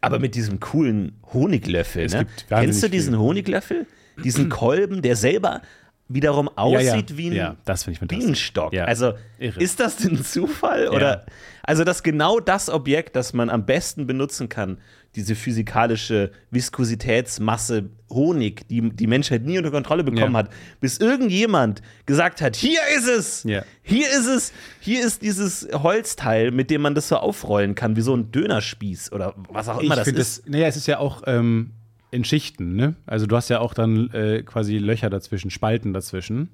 A: Aber mit diesem coolen Honiglöffel. Ne?
B: gibt wahnsinnig
A: Kennst du diesen Honiglöffel? Diesen [clears throat] Kolben, der selber wiederum aussieht wie ein
B: ja, das finde ich fantastisch.
A: Bienenstock.
B: Ja.
A: Also
B: Irre.
A: ist das denn Zufall? Oder also das genau das Objekt, das man am besten benutzen kann, diese physikalische Viskositätsmasse Honig, die die Menschheit nie unter Kontrolle bekommen
B: Ja.
A: hat, bis irgendjemand gesagt hat, hier ist es,
B: Ja.
A: hier ist es, hier ist dieses Holzteil, mit dem man das so aufrollen kann, wie so ein Dönerspieß oder was auch immer
B: ich
A: das
B: finde
A: ist.
B: das, naja, es ist ja auch ähm, in Schichten, ne? Also du hast ja auch dann äh, quasi Löcher dazwischen, Spalten dazwischen.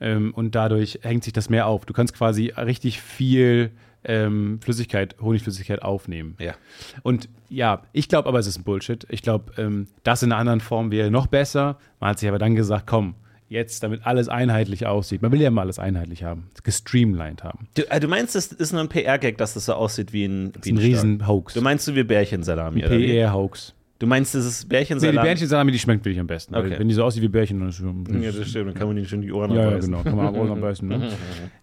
B: Ähm, und dadurch hängt sich das mehr auf. Du kannst quasi richtig viel ähm, Flüssigkeit, Honigflüssigkeit aufnehmen.
A: ja.
B: Und ja, ich glaube aber, es ist ein Bullshit. Ich glaube, ähm, das in einer anderen Form wäre noch besser. Man hat sich aber dann gesagt, komm, jetzt, damit alles einheitlich aussieht. Man will ja mal alles einheitlich haben, gestreamlined haben.
A: Du, äh, du meinst, das ist nur ein PR-Gag, dass das so aussieht wie ein
B: Ein
A: Bienenstock.
B: Riesen-Hoax.
A: Du meinst so wie Bärchensalami, oder? wie?
B: PR-Hoax.
A: Du meinst, das ist
B: Nee, die
A: Bärchensalami?
B: Bärchensalami, die schmeckt wirklich am besten. Weil
A: Okay.
B: Wenn die so aussieht wie Bärchen, dann ist
A: Ja, das stimmt, dann kann man denen schon die Ohren
B: Ja, ja,
A: abbeißen.
B: genau. Kann man auch am
A: [laughs]
B: besten. Ne?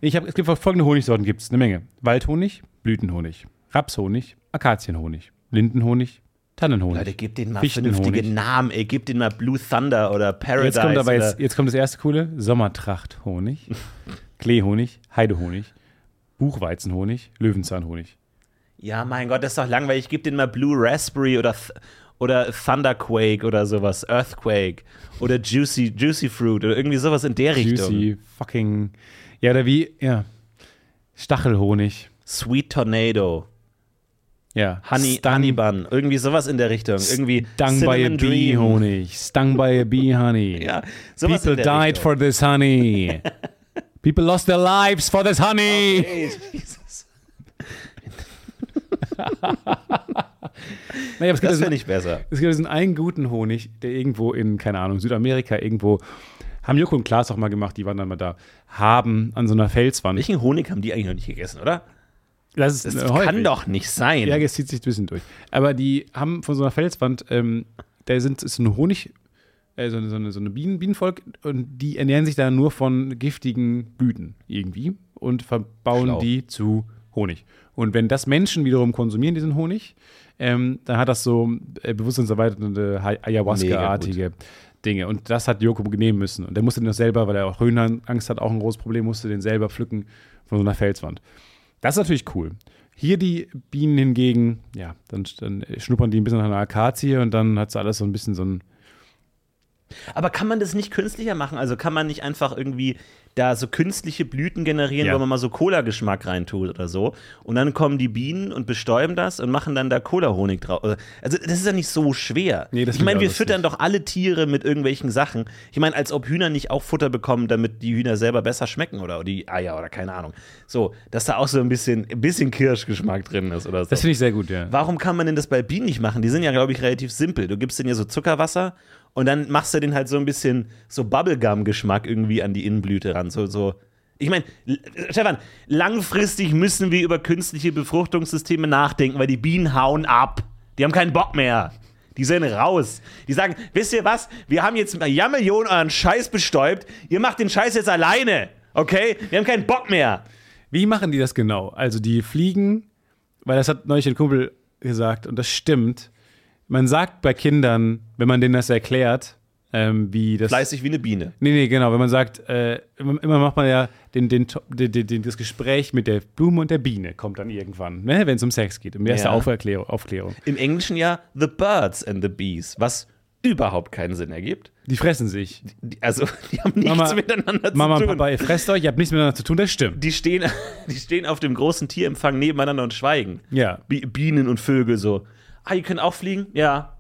B: Ich hab, es gibt folgende Honigsorten, gibt es eine Menge. Waldhonig, Blütenhonig, Rapshonig, Akazienhonig, Lindenhonig, Tannenhonig.
A: Leute, gebt denen mal
B: Fichtenhonig.
A: vernünftige Namen, ey. Gebt denen mal Blue Thunder oder Paradise.
B: jetzt kommt aber
A: oder
B: jetzt, jetzt kommt das erste coole: Sommertrachthonig, Kleehonig, Heidehonig, Buchweizenhonig, Löwenzahnhonig.
A: ja, mein Gott, das ist doch langweilig. Gebt denen mal Blue Raspberry oder, Th oder Thunderquake oder sowas. Earthquake oder Juicy, Juicy Fruit oder irgendwie sowas in der Richtung.
B: Juicy, fucking. Ja, oder wie? Ja. Stachelhonig.
A: Sweet Tornado,
B: Ja.
A: Honey,
B: Stung-
A: Honey Bun, irgendwie sowas in der Richtung. Irgendwie
B: Stung by a
A: Cinnamon
B: bee
A: Dream.
B: Honig. Stung by a bee honey.
A: [laughs] Ja, sowas
B: People
A: in der
B: died
A: Richtung.
B: for
A: [laughs]
B: this honey. People lost their lives for this honey.
A: Ey, Jesus.
B: [laughs] Naja, aber es gibt
A: Das
B: diesen-
A: finde ich besser.
B: Es gibt diesen einen guten Honig, der irgendwo in, keine Ahnung, Südamerika, irgendwo, haben Joko und Klaas auch mal gemacht, die waren dann mal da, haben an so einer Felswand.
A: Welchen Honig haben die eigentlich noch nicht gegessen, oder?
B: das ist
A: Das
B: Äh, häufig.
A: kann doch nicht sein.
B: Ja, es zieht sich ein bisschen durch. Aber die haben von so einer Felswand, ähm, da sind, ist so ein Honig, äh, so, eine- so eine, so eine Bienen, Bienenvolk und die ernähren sich da nur von giftigen Blüten irgendwie und verbauen
A: Schlau.
B: die zu Honig. Und wenn das Menschen wiederum konsumieren, diesen Honig, ähm, dann hat das so äh, bewusstseinserweiternde Hi- Ayahuasca-artige Dinge. Und das hat Joko nehmen müssen. Und der musste den auch selber, weil er auch Höhenangst hat, auch ein großes Problem, musste den selber pflücken von so einer Felswand. Das ist natürlich cool. Hier die Bienen hingegen, ja, dann, dann schnuppern die ein bisschen nach einer Akazie und dann hat es alles so ein bisschen so ein.
A: Aber kann man das nicht künstlicher machen? Also kann man nicht einfach irgendwie da so künstliche Blüten generieren,
B: Ja.
A: wo man mal so Cola-Geschmack reintut oder so. Und dann kommen die Bienen und bestäuben das und machen dann da Cola-Honig drauf. Also das ist ja nicht so schwer.
B: Nee, das
A: ich
B: finde
A: meine,
B: ich auch
A: wir
B: lustig.
A: füttern doch alle Tiere mit irgendwelchen Sachen. Ich meine, als ob Hühner nicht auch Futter bekommen, damit die Hühner selber besser schmecken oder die Eier oder keine Ahnung. So, dass da auch so ein bisschen, ein bisschen Kirschgeschmack drin ist oder so.
B: Das finde ich sehr gut, ja.
A: Warum kann man denn das bei Bienen nicht machen? Die sind ja, glaube ich, relativ simpel. Du gibst denen ja so Zuckerwasser und dann machst du den halt so ein bisschen so Bubblegum-Geschmack irgendwie an die Innenblüte ran. So, so. Ich meine, l- Stefan, langfristig müssen wir über künstliche Befruchtungssysteme nachdenken, weil die Bienen hauen ab. Die haben keinen Bock mehr. Die sind raus. Die sagen, wisst ihr was? Wir haben jetzt mit einer Jammermillion euren Scheiß bestäubt. Ihr macht den Scheiß jetzt alleine. Okay? Wir haben keinen Bock mehr.
B: Wie machen die das genau? Also die fliegen, weil das hat neulich ein Kumpel gesagt und das stimmt. Man sagt bei Kindern, wenn man denen das erklärt, ähm, wie das.
A: Fleißig wie eine Biene.
B: Nee, nee, genau. Wenn man sagt, äh, immer immer macht man ja den, den, To- den, den, den, das Gespräch mit der Blume und der Biene, kommt dann irgendwann, ne, wenn es um Sex geht. Um erste
A: Ja.
B: Aufklärung, Aufklärung.
A: Im Englischen ja The Birds and the Bees, was überhaupt keinen Sinn ergibt.
B: Die fressen sich.
A: Die, also, [laughs] die haben nichts
B: Mama-
A: miteinander zu
B: Mama und
A: tun.
B: Papa, ihr fresst euch, ihr habt nichts miteinander zu tun, das stimmt.
A: Die, stehen, [laughs] die stehen auf dem großen Tierempfang nebeneinander und schweigen.
B: Ja.
A: Bi- Bienen und Vögel so. Ah, ihr könnt auch fliegen? Ja.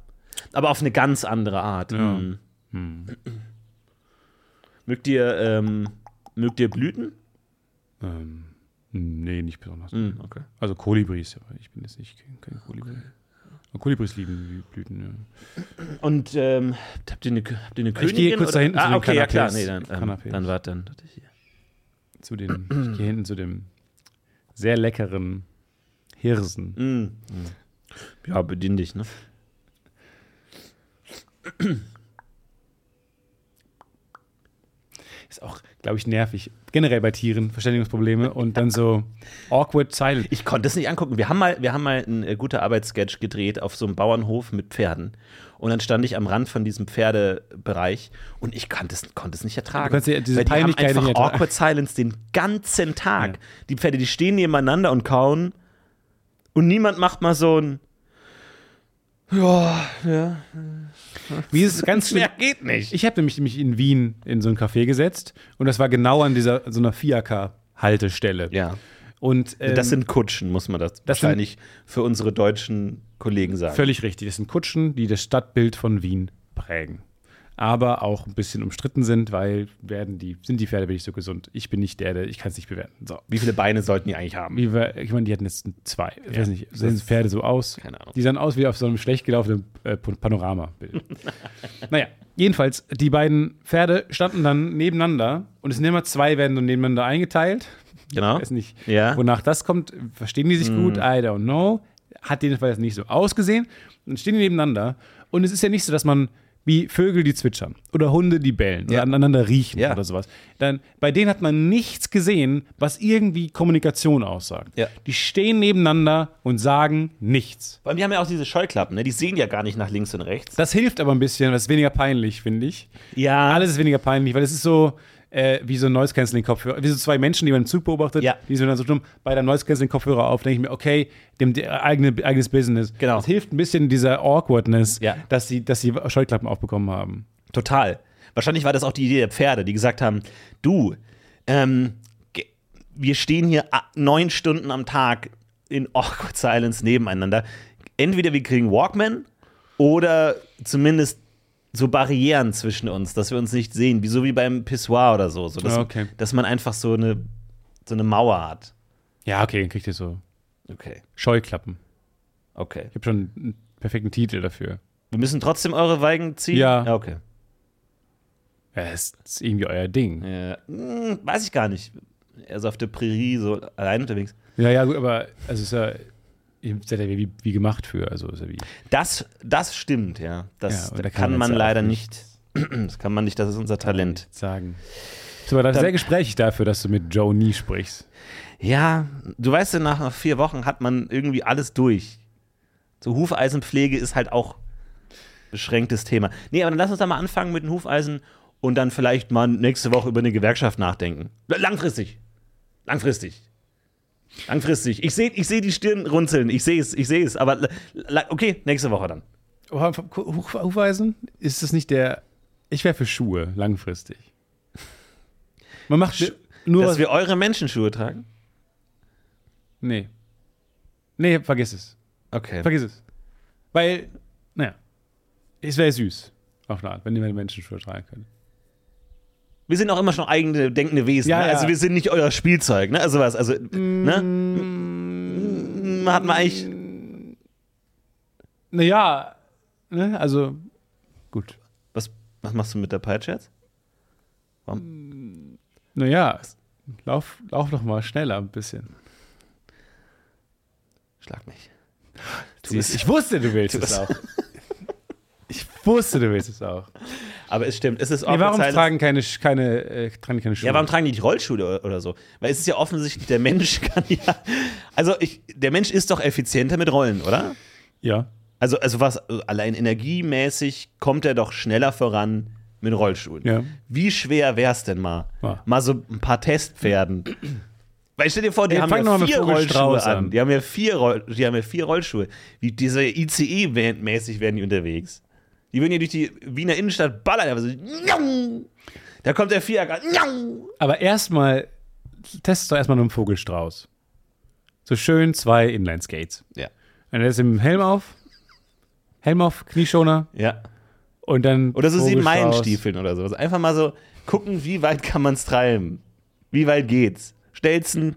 A: Aber auf eine ganz andere Art. Hm. Mögt, ihr, ähm, mögt ihr Blüten?
B: Ähm, nee, nicht besonders.
A: Hm, okay.
B: Also Kolibris, aber ich bin jetzt nicht kein, kein Kolibri. Aber Kolibris lieben die Blüten, ja.
A: Und ähm, habt, ihr eine, habt ihr eine Königin?
B: gehe kurz da
A: oder-
B: hinten zu
A: Ah,
B: den
A: okay, ja klar.
B: Kanapés.
A: Nee, dann, ähm,
B: Kanapés.
A: dann wart dann. wart ich hier.
B: Zu den, ich gehe hinten zu dem sehr leckeren Hirsen.
A: Ja, bedien dich, ne?
B: Ist auch, glaube ich, nervig. Generell bei Tieren, Verständigungsprobleme und dann so [laughs] awkward silent.
A: Ich konnte es nicht angucken. Wir haben mal, wir haben mal einen äh, gute Arbeitssketch gedreht auf so einem Bauernhof mit Pferden. Und dann stand ich am Rand von diesem Pferdebereich und ich konnte es, konnte es nicht ertragen.
B: Du konntest ja diese
A: weil die haben
B: Peinlichkeit
A: einfach
B: nicht ertragen.
A: Awkward Silence den ganzen Tag. Die Pferde, die stehen nebeneinander und kauen und niemand macht mal so ein Ja, ja.
B: Wie [laughs] ist es ganz schlimm?
A: Mehr geht nicht.
B: Ich habe nämlich mich in Wien in so ein Café gesetzt und das war genau an dieser so einer Fiaker-Haltestelle.
A: Ja.
B: Und ähm,
A: Das sind Kutschen, muss man das,
B: das sind-
A: wahrscheinlich für unsere deutschen Kollegen sagen.
B: Völlig richtig. Das sind Kutschen, die das Stadtbild von Wien prägen. Aber auch ein bisschen umstritten sind, weil werden die, sind die Pferde wirklich so gesund? Ich bin nicht der, der, ich kann es nicht bewerten. So.
A: Wie viele Beine sollten die eigentlich haben?
B: Wie wir, ich meine, die hatten jetzt zwei. Ich weiß nicht, sehen Pferde so aus?
A: Keine Ahnung.
B: Die sahen aus wie auf so einem schlecht gelaufenen äh, Pan-
A: [laughs]
B: Panoramabild. naja, jedenfalls, die beiden Pferde standen dann nebeneinander und es sind immer zwei, werden so nebeneinander eingeteilt.
A: Genau.
B: Ich weiß nicht,
A: Ja. Hm.
B: wonach das kommt. Verstehen die sich gut? I don't know. Hat jedenfalls nicht so ausgesehen. Dann stehen die nebeneinander. Und es ist ja nicht so, dass man wie Vögel, die zwitschern oder Hunde, die bellen oder
A: Ja.
B: aneinander riechen
A: Ja.
B: oder sowas. Dann, bei denen hat man nichts gesehen, was irgendwie Kommunikation aussagt.
A: Ja.
B: Die stehen nebeneinander und sagen nichts.
A: Vor allem, die haben ja auch diese Scheuklappen, ne? Die sehen ja gar nicht nach links und rechts.
B: Das hilft aber ein bisschen, das ist weniger peinlich, finde ich.
A: Ja.
B: Alles ist weniger peinlich, weil es ist so äh, wie so ein Noise-Canceling-Kopfhörer. Wie so zwei Menschen, die man im Zug beobachtet,
A: Ja.
B: die sind dann so dumm, bei der Noise-Canceling-Kopfhörer auf, denke ich mir, okay, dem de- eigene, eigenes Business.
A: Genau.
B: Das hilft ein bisschen dieser Awkwardness,
A: Ja.
B: dass, sie, dass sie Scheuklappen aufbekommen haben.
A: Total. Wahrscheinlich war das auch die Idee der Pferde, die gesagt haben: Du, ähm, ge- wir stehen hier a- neun Stunden am Tag in Awkward Silence nebeneinander. Entweder wir kriegen Walkman oder zumindest so Barrieren zwischen uns, dass wir uns nicht sehen, wie so wie beim Pissoir oder so. so dass,
B: Ah, okay.
A: dass man einfach so eine, so eine Mauer hat.
B: Ja, okay, dann kriegt ihr so
A: Okay,
B: Scheuklappen.
A: okay.
B: Ich habe schon einen perfekten Titel dafür.
A: Wir müssen trotzdem eure Weigen ziehen?
B: Ja.
A: okay.
B: Ja, das ist irgendwie euer Ding.
A: Ja, hm, weiß ich gar nicht. Er ist auf der Prärie so allein unterwegs.
B: Ja, ja, gut, aber also ist ja, ihr seid ja wie, wie gemacht für. Also ist ja wie.
A: Das, das stimmt, ja. Das
B: Ja, und da
A: kann,
B: kann man
A: man
B: jetzt
A: leider
B: auch
A: nicht. [clears throat] Das kann man nicht, das ist unser Talent.
B: sagen. Du warst
A: Dann-
B: sehr gesprächig dafür, dass du mit Joe nie sprichst.
A: Ja, du weißt ja, nach vier Wochen hat man irgendwie alles durch. So Hufeisenpflege ist halt auch beschränktes Thema. Nee, aber dann lass uns da mal anfangen mit den Hufeisen und dann vielleicht mal nächste Woche über eine Gewerkschaft nachdenken. L- Langfristig. Langfristig. Langfristig. Ich sehe ich seh die Stirn runzeln. Ich sehe es, ich sehe es. Aber la- la- okay, nächste Woche dann.
B: Hufeisen? Ist das nicht der. Ich wäre für Schuhe, langfristig. Man macht Schu nur
A: Dass
B: was.
A: wir eure Menschenschuhe tragen?
B: Nee. Nee, vergiss es.
A: Okay.
B: Vergiss es. Weil, naja, es wäre süß. Auf eine Art, wenn die Menschen Schuhe tragen können.
A: Wir sind auch immer schon eigene denkende Wesen.
B: Ja,
A: ne?
B: ja.
A: Also wir sind nicht euer Spielzeug, ne? Also was, also, ne? Mm, Hat man eigentlich.
B: Naja, ne, also, gut.
A: Was, was machst du mit der Peitsche jetzt?
B: Naja, lauf, lauf doch mal schneller ein bisschen.
A: Schlag mich.
B: Siehst, ich wusste, du willst es auch. [laughs] Ich wusste, du willst es auch.
A: Aber es stimmt, es ist
B: Nee, warum
A: Orgazeit-
B: tragen keine, Sch- keine, äh, tragen die keine Schuhe?
A: Ja, warum tragen die nicht Rollschuhe oder- oder so? Weil es ist ja offensichtlich, der Mensch [laughs] kann ja. Also ich, der Mensch ist doch effizienter mit Rollen, oder?
B: ja.
A: Also, also was, also allein energiemäßig kommt er doch schneller voran mit Rollschuhen.
B: Ja.
A: Wie schwer wär's denn mal?
B: Ja.
A: Mal so ein paar Testpferden. Weil stell dir vor, die
B: Ey,
A: haben
B: fang doch
A: ja
B: mal mit
A: vier Rollschuhe
B: Vogelstrauß
A: an.
B: an.
A: Die, haben ja vier Roll die haben ja vier Rollschuhe. Wie diese ICE-mäßig werden die unterwegs. Die würden hier durch die Wiener Innenstadt ballern. Aber so, Njang! da kommt der Vierer. Njang!
B: Aber erstmal, test doch erstmal nur einen Vogelstrauß. So schön zwei Inline-Skates.
A: Ja.
B: Und er ist im Helm auf. Helm auf, Knieschoner
A: Ja.
B: und dann.
A: Oder so sieben
B: Vogelstrauß.
A: Meilenstiefeln oder sowas. Einfach mal so gucken, wie weit kann man es treiben. Wie weit geht's? Stelzen,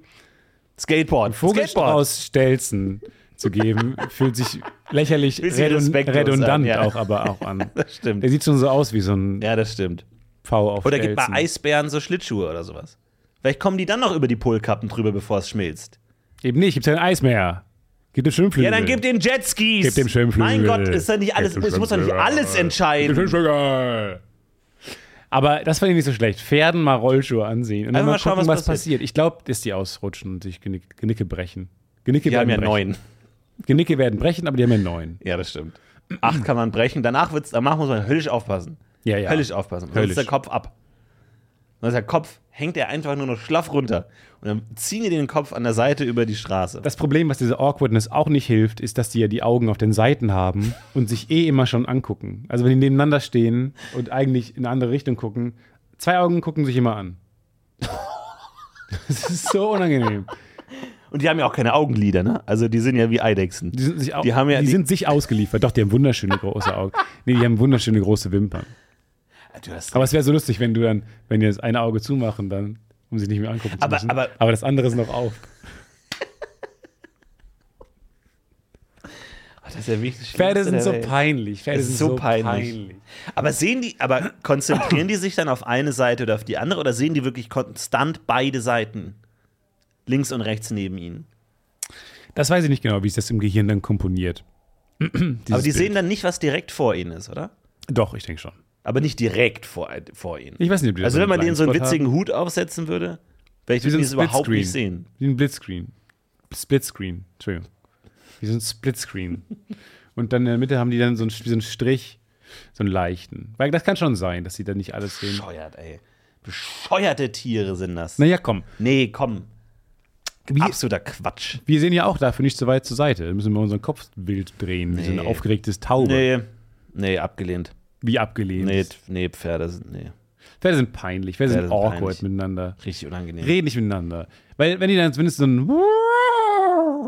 A: Skateboard. Skateboard.
B: Vogelstrauß Stelzen zu geben, fühlt sich lächerlich
A: Bisschen
B: redun
A: respektlos
B: redundant
A: an, ja.
B: auch, aber auch an.
A: [laughs] Das stimmt.
B: Der sieht schon so aus wie so ein
A: Ja, das stimmt.
B: V auf
A: Oder
B: Stelzen.
A: gibt mal Eisbären so Schlittschuhe oder sowas. Vielleicht kommen die dann noch über die Polkappen drüber, bevor es schmilzt.
B: Eben nicht, gibt's kein Eis mehr. Gibt es Schwimmflügel.
A: Ja, dann gib den Jetskis.
B: Gib dem Schwimmflügel.
A: Mein Gott, ist da nicht alles,
B: Gib dem
A: es muss doch nicht
B: Schwimmflügel.
A: alles
B: Gib dem
A: entscheiden.
B: Schwimmflügel. Aber das fand ich nicht so schlecht. Pferden mal Rollschuhe ansehen und
A: Einfach
B: dann mal,
A: mal schauen,
B: gucken,
A: was
B: was passiert. Ich glaube, dass die ausrutschen und sich Genick- Genicke brechen. Genicke
A: Die haben
B: werden
A: ja
B: brechen.
A: neun.
B: Genicke werden brechen, aber die haben ja neun.
A: Ja, das stimmt. Acht kann man brechen. Danach, wird's, danach muss man höllisch aufpassen.
B: Ja, ja.
A: Höllisch aufpassen. Sonst
B: Höllisch.
A: ist der Kopf ab. Sonst ist der Kopf, hängt er einfach nur noch schlaff runter. Und dann ziehen die den Kopf an der Seite über die Straße.
B: Das Problem, was diese Awkwardness auch nicht hilft, ist, dass die ja die Augen auf den
A: [laughs]
B: Seiten haben und sich eh immer schon angucken. Also wenn die nebeneinander stehen und eigentlich in eine andere Richtung gucken, zwei Augen gucken sich
A: [laughs]
B: immer an. Das ist so unangenehm.
A: Und die haben ja auch keine Augenlider, ne? Also die sind ja wie Eidechsen.
B: Die sind sich, au
A: Die haben ja-
B: die
A: die-
B: sind sich ausgeliefert. Doch, die haben wunderschöne große Augen. Nee, die haben wunderschöne große Wimpern.
A: Du hast
B: Aber es wäre so lustig, wenn du dann, wenn die das eine Auge zumachen, dann, um sich nicht mehr angucken zu
A: Aber-
B: müssen.
A: aber-
B: aber das andere ist noch auf.
A: das ist ja wirklich
B: Pferde
A: Schlimmste
B: sind so
A: der Welt.
B: peinlich. Pferde
A: Es ist
B: sind
A: so
B: so,
A: peinlich.
B: peinlich.
A: Aber sehen die, aber konzentrieren die sich dann auf eine Seite oder auf die andere oder sehen die wirklich konstant beide Seiten? Links und rechts neben ihnen.
B: Das weiß ich nicht genau, wie es das im Gehirn dann komponiert. [clears throat]
A: aber die sehen dann nicht, was direkt vor ihnen ist, oder?
B: Doch, ich denke schon.
A: Aber nicht direkt vor, vor ihnen.
B: Ich weiß nicht, ob die das
A: Also wenn man denen so einen
B: Blindspot
A: witzigen Hut aufsetzen würde, wäre ich
B: Wie so ein
A: das überhaupt
B: Splitscreen.
A: nicht sehen.
B: haben. Wie ein Blitzscreen. Splitscreen, Entschuldigung. Wie so
A: [laughs]
B: ein Splitscreen. Und dann in der Mitte haben die dann so einen, wie so einen Strich, so einen leichten. Weil das kann schon sein, dass sie dann nicht alles sehen.
A: Bescheuert, ey. Bescheuerte Tiere sind das.
B: Naja, komm.
A: Nee, komm.
B: Wie,
A: Absoluter Quatsch.
B: wir sehen ja auch dafür nicht so weit zur Seite. Da müssen wir unseren Kopf wild drehen, wie so eine
A: Nee.
B: aufgeregtes Taube.
A: Nee, nee, abgelehnt.
B: Oh Wie abgelehnt.
A: Nee, nee, Pferde sind, nee.
B: Pferde sind peinlich, Pferde,
A: Pferde
B: sind
A: sind
B: awkward
A: peinlich.
B: miteinander.
A: Richtig unangenehm.
B: Reden nicht miteinander. Weil wenn die dann zumindest so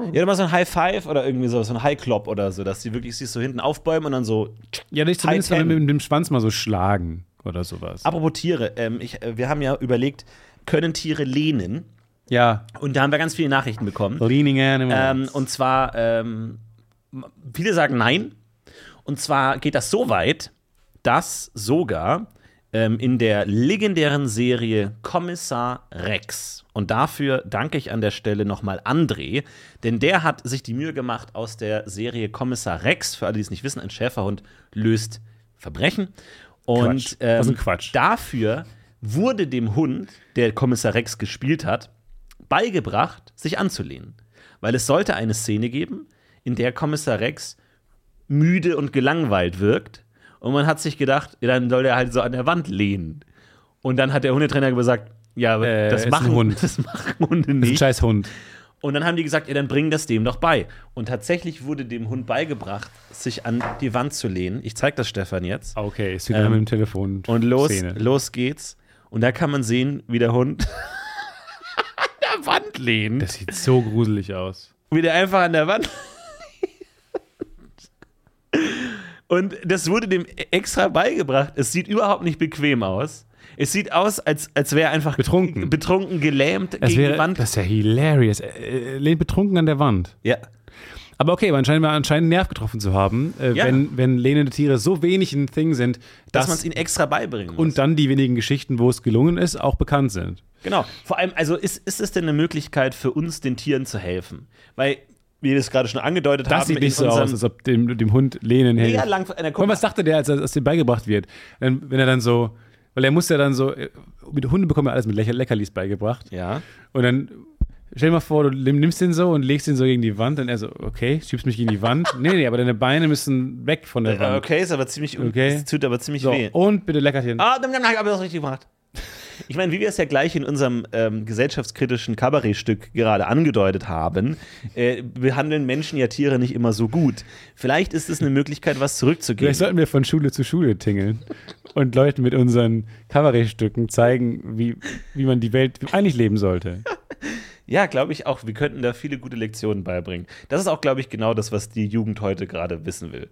B: ein
A: Ja, dann mal so ein High Five oder irgendwie so, so ein High Klop oder so, dass die wirklich sich so hinten aufbäumen und dann so.
B: Ja, nicht zumindest
A: High
B: wenn wir
A: Ten.
B: mit dem Schwanz mal so schlagen oder sowas.
A: Apropos Tiere, ähm, ich, äh, wir haben ja überlegt, können Tiere lehnen?
B: ja.
A: Und da haben wir ganz viele Nachrichten bekommen.
B: Leaning Animals.
A: Ähm, und zwar, ähm, viele sagen nein. Und zwar geht das so weit, dass sogar ähm, in der legendären Serie Kommissar Rex, und dafür danke ich an der Stelle nochmal André, denn der hat sich die Mühe gemacht aus der Serie Kommissar Rex, für alle, die es nicht wissen, ein Schäferhund löst Verbrechen.
B: Quatsch.
A: Und
B: Das ist
A: ähm,
B: ein Quatsch.
A: dafür wurde dem Hund, der Kommissar Rex gespielt hat, beigebracht, sich anzulehnen. Weil es sollte eine Szene geben, in der Kommissar Rex müde und gelangweilt wirkt Und man hat sich gedacht, ja, dann soll der halt so an der Wand lehnen. Und dann hat der Hundetrainer gesagt, ja, aber
B: Äh, ist
A: das,
B: ein
A: machen, [laughs]
B: Hund.
A: das machen Hunde
B: Das ist ein
A: nicht.
B: Also scheiß Hund.
A: Und dann haben die gesagt, ja, dann bring das dem doch bei. Und tatsächlich wurde dem Hund beigebracht, sich an die Wand zu lehnen. Ich zeige das Stefan jetzt.
B: Ah, Okay, ist wieder mit dem Telefon.
A: Und los,
B: Szene.
A: los geht's. Und da kann man sehen, wie der Hund [laughs] an der Wand lehnt.
B: Das sieht so gruselig aus.
A: Wie der einfach an der Wand Und das wurde dem extra beigebracht. Es sieht überhaupt nicht bequem aus. Es sieht aus, als, als wäre er einfach
B: Betrunken.
A: betrunken gelähmt
B: Das,
A: gegen
B: wäre,
A: die Wand.
B: das ist ja hilarious. Äh, äh, lehnt betrunken an der Wand.
A: ja.
B: Aber okay, man scheint, anscheinend einen Nerv getroffen zu haben, äh,
A: Ja.
B: wenn, wenn lehnende Tiere so wenig ein Thing sind,
A: Dass
B: dass,
A: man es ihnen extra beibringen muss.
B: und dann die wenigen Geschichten, wo es gelungen ist, auch bekannt sind.
A: Genau. Vor allem, also ist, ist es denn eine Möglichkeit für uns, den Tieren zu helfen? Weil wir das gerade schon angedeutet
B: Das
A: haben.
B: sieht nicht
A: in
B: so
A: unserem
B: aus, als ob dem, dem Hund Lehnen hilft.
A: Mega lang. Na, guck
B: Und
A: mal,
B: was dachte der, als, als dem beigebracht wird? Dann, wenn er dann so, weil er muss ja dann so, äh, mit Hunden bekommen wir alles mit Lecker Leckerlis beigebracht.
A: ja.
B: Und dann stell dir mal vor, du nimm- nimmst den so und legst ihn so gegen die Wand und er so, okay, schiebst mich gegen die Wand. nee, nee, aber deine Beine müssen weg von der
A: Äh,
B: Wand.
A: Okay, ist aber ziemlich.
B: Okay.
A: Es tut aber ziemlich
B: So,
A: weh.
B: und bitte Leckerchen.
A: Ah, dann, dann habe ich das richtig gemacht. Ich meine, wie wir es ja gleich in unserem ähm, gesellschaftskritischen Kabarettstück gerade angedeutet haben, äh, behandeln Menschen ja Tiere nicht immer so gut. Vielleicht ist es eine Möglichkeit, was zurückzugeben.
B: Vielleicht sollten wir von Schule zu Schule tingeln und Leuten mit unseren Kabarettstücken zeigen, wie, wie man die Welt eigentlich leben sollte.
A: Ja, glaube ich auch. Wir könnten da viele gute Lektionen beibringen. Das ist auch, glaube ich, genau das, was die Jugend heute gerade wissen will.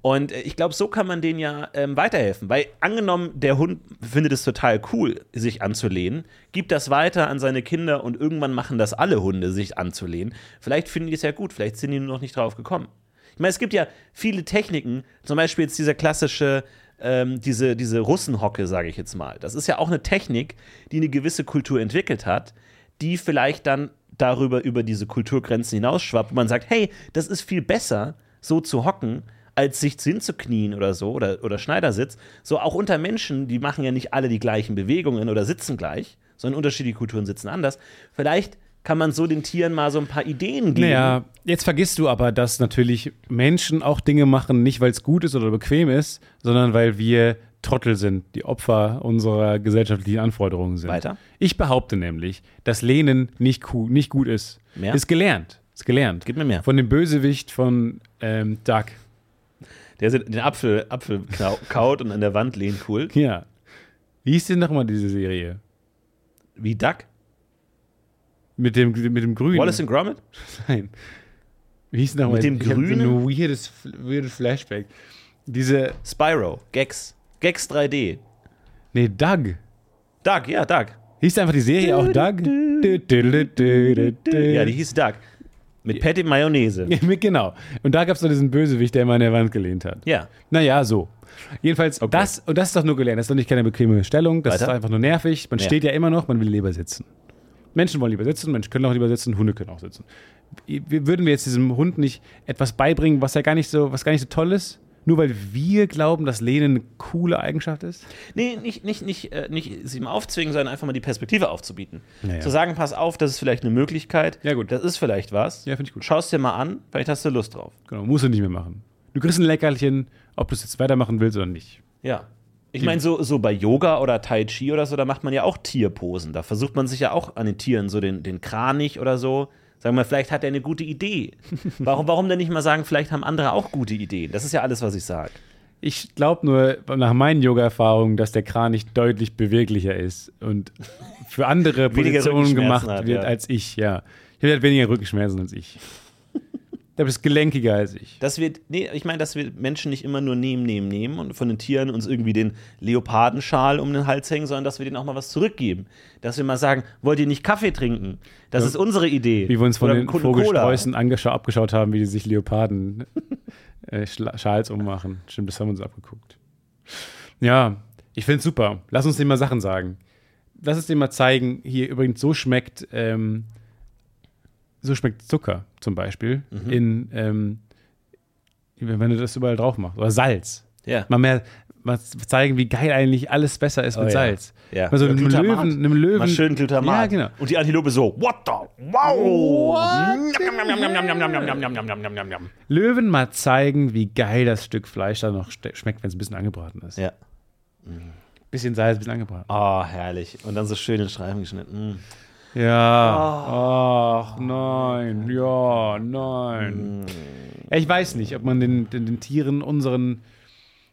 A: Und äh, ich glaube, so kann man denen ja ähm, weiterhelfen. Weil angenommen, der Hund findet es total cool, sich anzulehnen, gibt das weiter an seine Kinder und irgendwann machen das alle Hunde, sich anzulehnen. Vielleicht finden die es ja gut, vielleicht sind die nur noch nicht drauf gekommen. Ich meine, es gibt ja viele Techniken, zum Beispiel jetzt dieser klassische, ähm, diese, diese Russenhocke, sage ich jetzt mal. Das ist ja auch eine Technik, die eine gewisse Kultur entwickelt hat, die vielleicht dann darüber über diese Kulturgrenzen hinausschwappt und man sagt, hey, das ist viel besser, so zu hocken, als sich hinzuknien oder so oder, oder Schneidersitz. So auch unter Menschen, die machen ja nicht alle die gleichen Bewegungen oder sitzen gleich, sondern unterschiedliche Kulturen sitzen anders. Vielleicht kann man so den Tieren mal so ein paar Ideen geben.
B: Naja, jetzt vergisst du aber, dass natürlich Menschen auch Dinge machen, nicht weil es gut ist oder bequem ist, sondern weil wir Trottel sind, die Opfer unserer gesellschaftlichen Anforderungen sind.
A: Weiter.
B: Ich behaupte nämlich, dass Lehnen nicht, cool, nicht gut ist.
A: Mehr?
B: Ist gelernt. Ist gelernt.
A: Gib mir mehr.
B: Von dem Bösewicht von ähm, Duck.
A: Der so den Apfel, Apfel kau- kaut und an der Wand lehnt cool.
B: Ja. Wie hieß denn nochmal diese Serie?
A: Wie Duck?
B: Mit dem, mit dem Grünen.
A: Wallace and Gromit?
B: [laughs] Nein. Wie hieß nochmal?
A: Mit dem
B: Ich hab so
A: Grünen?
B: Ein weirdes, weirdes Flashback. Diese.
A: Spyro. Gex. Gex 3D.
B: Nee, Doug.
A: Doug, ja, Doug.
B: Hieß einfach die Serie auch Doug?
A: Ja,
B: Ja,
A: die hieß Doug. Mit Patty Mayonnaise.
B: [laughs] Genau. Und da gab es so diesen Bösewicht, der immer an der Wand gelehnt hat.
A: Ja.
B: Naja, so. Jedenfalls, das, und das ist doch nur gelernt. Das ist doch nicht keine bequeme Stellung. Das
A: Weiter.
B: ist einfach nur nervig. Man
A: Ja.
B: steht ja immer noch, man will lieber sitzen. Menschen wollen lieber sitzen, Menschen können auch lieber sitzen, Hunde können auch sitzen. Wir- Würden wir jetzt diesem Hund nicht etwas beibringen, was ja gar nicht so, was gar nicht so toll ist? Nur weil wir glauben, dass Lehnen eine coole Eigenschaft ist?
A: Nee, nicht, nicht, nicht, äh, nicht sie ihm aufzwingen, sondern einfach mal die Perspektive aufzubieten.
B: Ja, ja.
A: Zu sagen, pass auf, das ist vielleicht eine Möglichkeit.
B: Ja, gut.
A: Das ist vielleicht was.
B: Ja, finde ich gut.
A: Schau es dir mal an, vielleicht hast du Lust drauf.
B: Genau, musst du nicht mehr machen. Du kriegst ein Leckerchen, ob du es jetzt weitermachen willst oder nicht.
A: Ja. Ich meine, so, so bei Yoga oder Tai Chi oder so, da macht man ja auch Tierposen. Da versucht man sich ja auch an den Tieren, so den, den Kranich oder so. Sagen wir, vielleicht hat er eine gute
B: [laughs]
A: Idee. Warum, warum denn nicht mal sagen, vielleicht haben andere auch gute Ideen? Das ist ja alles, was ich sage.
B: Ich glaube nur nach meinen Yoga-Erfahrungen, dass der Kranich deutlich beweglicher ist und für andere
A: [laughs] Weniger
B: Positionen
A: Rückenschmerzen
B: gemacht
A: hat,
B: wird
A: ja.
B: als ich, ja. Ich habe halt weniger Rückenschmerzen als ich. Du bist gelenkiger als ich.
A: Dass wir, nee, ich meine, dass wir Menschen nicht immer nur nehmen, nehmen, nehmen und von den Tieren uns irgendwie den Leopardenschal um den Hals hängen, sondern dass wir denen auch mal was zurückgeben. Dass wir mal sagen, wollt ihr nicht Kaffee trinken? Das ist unsere Idee.
B: Wie wir uns von
A: Oder
B: den
A: Co- Cola.
B: Vogelsträußen angescha- abgeschaut haben, wie die sich Leoparden [laughs] äh, Schla- Schals ummachen. Stimmt, das haben wir uns abgeguckt. Ja, ich finde super. Lass uns denen mal Sachen sagen. Lass uns denen mal zeigen, hier übrigens so schmeckt, ähm, so schmeckt Zucker zum Beispiel
A: Mhm.
B: in, ähm, wenn du das überall drauf machst. Oder Salz.
A: Ja.
B: Mal mehr, mal zeigen, wie geil eigentlich alles besser ist mit
A: Oh ja.
B: Salz.
A: Ja.
B: Also
A: Ja,
B: einem Löwen,
A: Glutamat.
B: einem Löwen.
A: Mal schön Glutamat.
B: Ja, genau.
A: Und die Antilope so, what the, wow.
B: What the
A: Njam, njam, njam, njam, njam, njam, njam, njam, njam, njam, njam.
B: Löwen mal zeigen, wie geil das Stück Fleisch da noch ste- schmeckt, wenn es ein bisschen angebraten ist.
A: Ja.
B: Bisschen Salz, bisschen angebraten.
A: Oh, herrlich. Und dann so schön in Streifen geschnitten. Mm. Oh.
B: Ja. Ach nein, ja,
A: Mm.
B: nein. Ja, ich weiß nicht, ob man den, den, den Tieren unseren,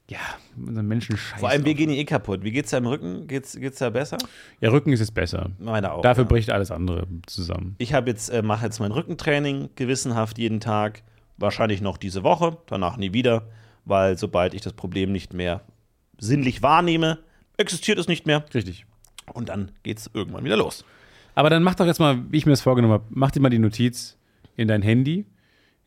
B: ja, unseren Menschen scheiße.
A: Vor allem, wir gehen eh kaputt. Wie geht's da im Rücken? Geht's, geht's da besser?
B: ja, Rücken ist jetzt besser.
A: Meine auch.
B: Dafür
A: Oh, ja.
B: bricht alles andere zusammen.
A: Ich habe jetzt, äh, mache jetzt mein Rückentraining gewissenhaft jeden Tag. Wahrscheinlich noch diese Woche, danach nie wieder, weil sobald ich das Problem nicht mehr sinnlich wahrnehme, existiert es nicht mehr.
B: Richtig.
A: Und dann geht's irgendwann wieder los.
B: Aber dann mach doch jetzt mal, wie ich mir das vorgenommen habe, mach dir mal die Notiz in dein Handy.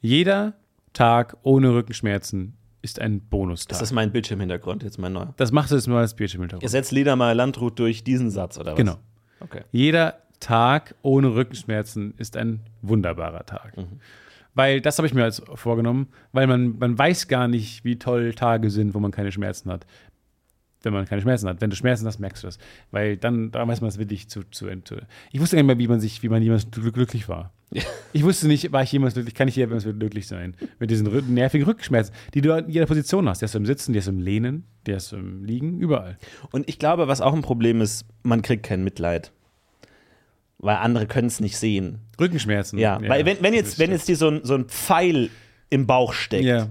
B: Jeder Tag ohne Rückenschmerzen ist ein Bonustag.
A: Das
B: Das,
A: ist mein Bildschirmhintergrund, jetzt mein neuer.
B: machst du jetzt mal als Bildschirmhintergrund.
A: Ihr setzt Ledermeier Landrut durch diesen Satz, oder was?
B: Genau.
A: Okay.
B: Jeder Tag ohne Rückenschmerzen ist ein wunderbarer Tag.
A: Mhm.
B: Weil das habe ich mir als vorgenommen, weil man, man weiß gar nicht, wie toll Tage sind, wo man keine Schmerzen hat. Wenn man keine Schmerzen hat. Wenn du Schmerzen hast, merkst du das. Weil dann, dann weiß man es wirklich zu, zu, zu. Ich wusste gar nicht mehr, wie man sich, wie man jemals gl- glücklich war. Ich wusste nicht, war ich jemals glücklich, kann ich jemals glücklich sein. Mit diesen rü- nervigen Rückenschmerzen, die du in jeder Position hast. Der ist im Sitzen, der ist im Lehnen, der ist im Liegen, überall.
A: Und ich glaube, was auch ein Problem ist, man kriegt kein Mitleid. Weil andere können es nicht sehen.
B: Rückenschmerzen.
A: Ja, weil wenn, wenn, jetzt, wenn jetzt dir so ein, so ein Pfeil im Bauch steckt
B: Ja,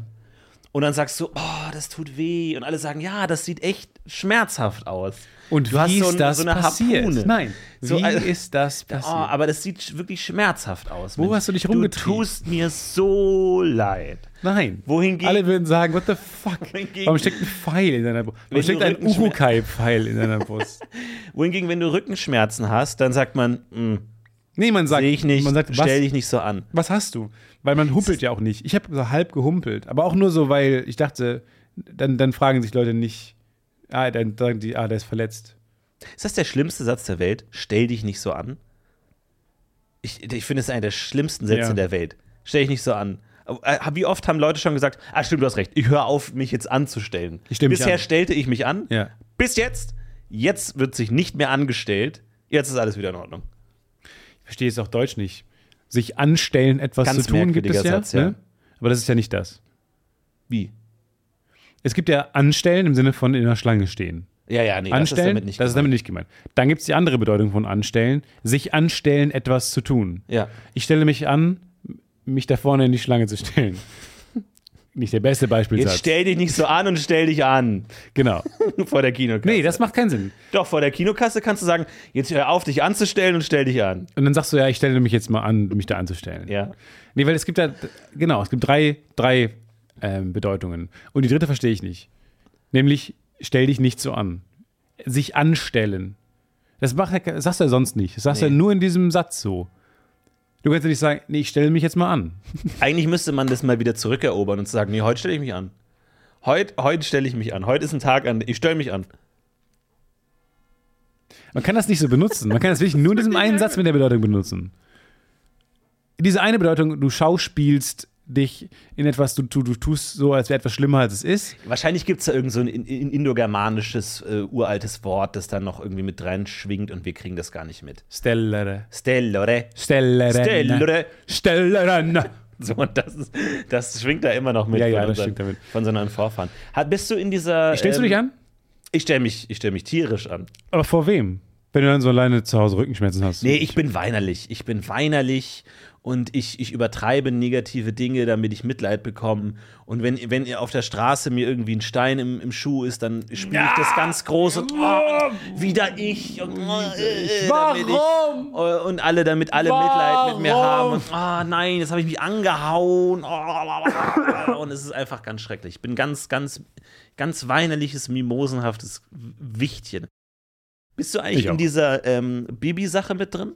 A: und dann sagst du, oh, das tut weh und alle sagen, ja, das sieht echt schmerzhaft aus.
B: Und
A: Du hast
B: wie
A: so
B: ist
A: ein-
B: das
A: so eine
B: passiert?
A: Harpune.
B: Nein.
A: So,
B: wie
A: also-
B: ist das
A: Oh,
B: passiert?
A: aber das sieht sch- wirklich schmerzhaft aus.
B: Wo hast du dich rumgetrieben?
A: Du tust mir so leid.
B: Nein.
A: Wohingegen-
B: Alle würden sagen, what the fuck?
A: Wohingegen-
B: Warum steckt ein Pfeil in deiner Brust? Warum
A: Wenn
B: steckt
A: du
B: ein
A: Rückenschmerzen-
B: Urukai-Pfeil in deiner Brust?
A: Wohingegen, wenn du Rückenschmerzen hast, dann sagt man,
B: Nee, man sagt,
A: sehe ich nicht,
B: man sagt was,
A: stell dich nicht so an.
B: was hast du? Weil man humpelt ja auch nicht. Ich habe so halb gehumpelt, aber auch nur so, weil ich dachte, dann, dann fragen sich Leute nicht, ah, dann sagen die, ah, der ist verletzt.
A: Ist das der schlimmste Satz der Welt? Stell dich nicht so an. Ich, ich finde, es ist einer der schlimmsten Sätze
B: Ja.
A: der Welt. Stell dich nicht so an. Äh, Wie oft haben Leute schon gesagt, ah stimmt, du hast recht, ich höre auf, mich jetzt anzustellen.
B: Ich stell mich
A: Bisher
B: an.
A: stellte ich mich an,
B: Ja.
A: bis jetzt, jetzt wird sich nicht mehr angestellt, jetzt ist alles wieder in Ordnung.
B: Ich verstehe es auch Deutsch nicht. Sich anstellen, etwas
A: Ganz
B: zu tun, gibt es
A: merkwürdiger
B: ja,
A: Satz, ja.
B: Ne? Aber das ist ja nicht das.
A: Wie?
B: Es gibt ja Anstellen im Sinne von in der Schlange stehen.
A: Ja, ja, nee, das ist
B: anstellen,
A: damit nicht
B: gemeint. Dann gibt es die andere Bedeutung von anstellen, sich anstellen, etwas zu tun.
A: Ja.
B: Ich stelle mich an, mich da vorne in die Schlange zu stellen. Nicht der beste Beispielsatz.
A: Jetzt stell dich nicht so an und stell dich an.
B: genau.
A: vor der Kinokasse.
B: Nee, das macht keinen Sinn.
A: Doch, vor der Kinokasse kannst du sagen, jetzt hör auf, dich anzustellen und stell dich an.
B: Und dann sagst du, ja, ich stelle mich jetzt mal an, mich da anzustellen.
A: Ja.
B: Nee, weil es gibt da, genau, es gibt drei, drei ähm, Bedeutungen. Und die dritte verstehe ich nicht. Nämlich, stell dich nicht so an. Sich anstellen. Das, macht, ja ke- das sagst du ja sonst nicht. Das sagst du
A: Nee.
B: ja nur in diesem Satz so. Du kannst ja nicht sagen, nee, ich stelle mich jetzt mal an.
A: Eigentlich müsste man das mal wieder zurückerobern und zu sagen, nee, heute stelle ich mich an. Heute, heute stelle ich mich an. Heute ist ein Tag an. Ich stelle mich an.
B: Man kann das nicht so benutzen. Man kann das wirklich nur in diesem einen Satz mit der Bedeutung benutzen. Diese eine Bedeutung, du schauspielst dich in etwas, du, du, du tust so, als wäre etwas schlimmer, als es ist.
A: Wahrscheinlich gibt es da irgend so ein in, in, indogermanisches, äh, uraltes Wort, das dann noch irgendwie mit reinschwingt und wir kriegen das gar nicht mit.
B: Stellere.
A: Stellore. [laughs]
B: Stellere.
A: Stellere.
B: Stellere.
A: So, und das, ist, das schwingt da immer noch mit
B: Ja, ja,
A: von,
B: das
A: unseren,
B: schwingt damit.
A: von so einem Vorfahren. Hat, bist du in dieser. ähm,
B: Stellst du dich an?
A: Ich stelle mich, ich stell mich tierisch an.
B: Aber vor wem? Wenn du dann so alleine zu Hause Rückenschmerzen hast.
A: Nee, ich bin weinerlich. Ich bin weinerlich und ich, ich übertreibe negative Dinge, damit ich Mitleid bekomme. Und wenn, wenn ihr auf der Straße mir irgendwie ein Stein im, im Schuh ist, dann spiele ich das ganz groß und oh, wieder ich. Und, oh, äh, damit
B: Warum?
A: Ich, oh, und alle, damit alle Mitleid mit mir haben. Und, ah, nein, jetzt habe ich mich angehauen. Oh, und es ist einfach ganz schrecklich. Ich bin ganz, ganz, ganz weinerliches, mimosenhaftes Wichtchen. Bist du eigentlich
B: Ich
A: in
B: auch.
A: dieser ähm, Bibi-Sache mit drin?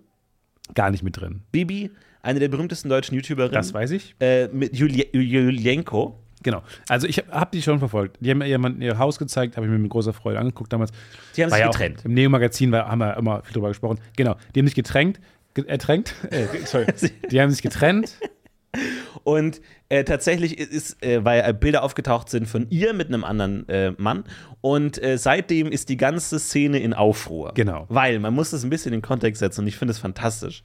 B: Gar nicht mit drin.
A: Bibi, eine der berühmtesten deutschen YouTuberinnen,
B: Das weiß ich.
A: äh, mit Julie- Julienko.
B: Genau. Also ich habe hab die schon verfolgt. Die haben mir jemand ihr Haus gezeigt, habe ich mir mit großer Freude angeguckt damals.
A: Die haben
B: War
A: sich
B: ja auch
A: getrennt.
B: Im Neo-Magazin war- haben wir immer viel drüber gesprochen. Äh,
A: [laughs]
B: Genau. Die haben sich getränkt. Ge ertränkt? Äh, sorry. Die haben sich getrennt.
A: Und äh, tatsächlich ist, äh, weil äh, Bilder aufgetaucht sind von ihr mit einem anderen äh, Mann. Und äh, seitdem ist die ganze Szene in Aufruhr.
B: Genau.
A: Weil man muss es ein bisschen in Kontext setzen und ich finde es fantastisch.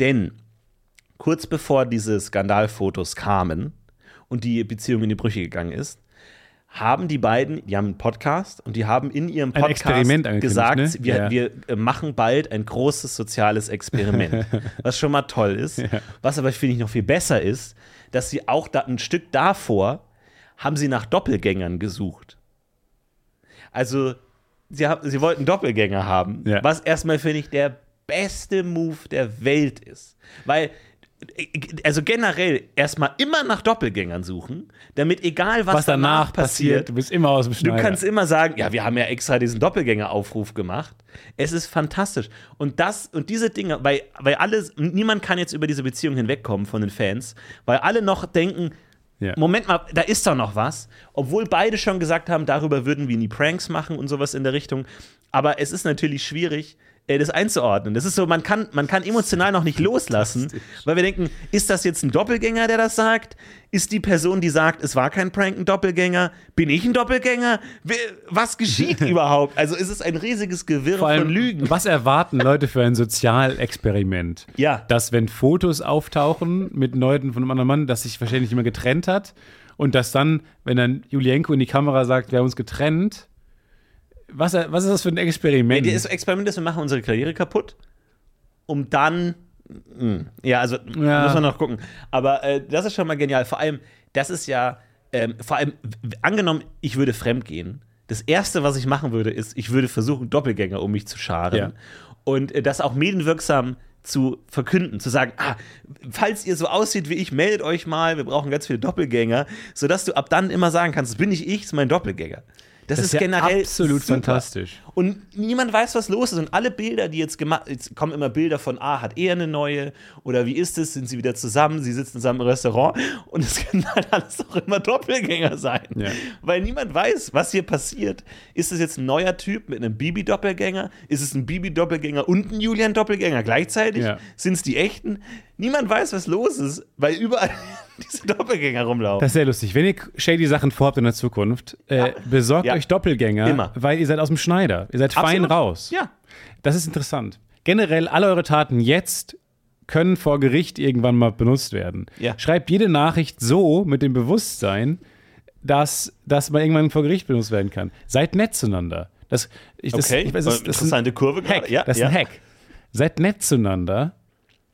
A: Denn kurz bevor diese Skandalfotos kamen und die Beziehung in die Brüche gegangen ist, haben die beiden, die haben einen Podcast und die haben in ihrem
B: Ein
A: Podcast
B: Experiment angekündigt,
A: gesagt,
B: ne?
A: wir,
B: Ja.
A: wir äh, machen bald ein großes soziales
B: [laughs]
A: Experiment, was schon mal toll ist. Was aber finde ich noch viel besser ist, dass sie auch da, ein Stück davor haben sie nach Doppelgängern gesucht. Also sie, haben, sie wollten Doppelgänger haben,
B: Ja.
A: was erstmal finde ich der beste Move der Welt ist, weil also generell erstmal immer nach Doppelgängern suchen, damit egal was,
B: Was danach passiert, du bist immer aus dem
A: Du
B: Schneider.
A: kannst immer sagen, ja, wir haben ja extra diesen Doppelgängeraufruf gemacht. Es ist fantastisch. Und das und diese Dinge, weil, weil alle, niemand kann jetzt über diese Beziehung hinwegkommen von den Fans, weil alle noch denken,
B: Ja.
A: Moment mal, da ist doch noch was. Obwohl beide schon gesagt haben, darüber würden wir nie Pranks machen und sowas in der Richtung. Aber es ist natürlich schwierig, äh, das einzuordnen. Das ist so, man kann, man kann emotional noch nicht loslassen, weil wir denken, ist das jetzt ein Doppelgänger, der das sagt? Ist die Person, die sagt, es war kein Prank, ein Doppelgänger? Bin ich ein Doppelgänger? Wer- Was
B: [laughs]
A: geschieht überhaupt? Also es ist ein riesiges Gewirr
B: Vor allem,
A: von Lügen.
B: Was erwarten Leute für ein Sozialexperiment?
A: Ja.
B: Dass, wenn Fotos auftauchen mit Leuten von einem anderen Mann, dass sich wahrscheinlich immer getrennt hat und dass dann, wenn dann Julienko in die Kamera sagt, wir haben uns getrennt, was, er- was ist das für ein Experiment?
A: Das Experiment ist, wir machen unsere Karriere kaputt, um dann. Hm. Ja, also
B: Ja.
A: muss man noch gucken. Aber äh, das ist schon mal genial. Vor allem, das ist ja, ähm, vor allem, w- w- angenommen, ich würde fremdgehen. Das Erste, was ich machen würde, ist, ich würde versuchen, Doppelgänger um mich zu scharen.
B: Ja.
A: Und äh, das auch medienwirksam zu verkünden, zu sagen, ah, falls ihr so aussieht wie ich, meldet euch mal, wir brauchen ganz viele Doppelgänger, sodass du ab dann immer sagen kannst, das bin nicht ich, das ist mein Doppelgänger. Das,
B: Das
A: ist
B: ja
A: generell
B: absolut
A: super.
B: fantastisch.
A: Und niemand weiß, was los ist. Und alle Bilder, die jetzt gemacht jetzt kommen immer Bilder von, ah, hat er eine neue? Oder wie ist es? Sind sie wieder zusammen? Sie sitzen zusammen im Restaurant. Und es [laughs] können halt alles auch immer Doppelgänger sein.
B: Ja.
A: Weil niemand weiß, was hier passiert. Ist es jetzt ein neuer Typ mit einem Bibi-Doppelgänger? Ist es ein Bibi-Doppelgänger und ein Julian-Doppelgänger gleichzeitig?
B: Ja.
A: Sind es die echten? Niemand weiß, was los ist, weil überall [laughs] diese Doppelgänger rumlaufen.
B: Das ist sehr lustig. Wenn ihr shady Sachen vorhabt in der Zukunft, äh, besorgt
A: Ja.
B: euch Doppelgänger,
A: Immer.
B: weil ihr seid aus dem Schneider. Ihr seid fein
A: Absolut.
B: raus.
A: Ja.
B: Das ist interessant. Generell, alle eure Taten jetzt können vor Gericht irgendwann mal benutzt werden.
A: Ja.
B: Schreibt jede Nachricht so mit dem Bewusstsein, dass, dass man irgendwann vor Gericht benutzt werden kann. Seid nett zueinander. Das, ich, das,
A: Okay,
B: ich weiß, das, das ist ein
A: interessante Kurve. gerade.
B: Hack.
A: Ja,
B: das ist
A: ja.
B: ein Hack. Seid nett zueinander,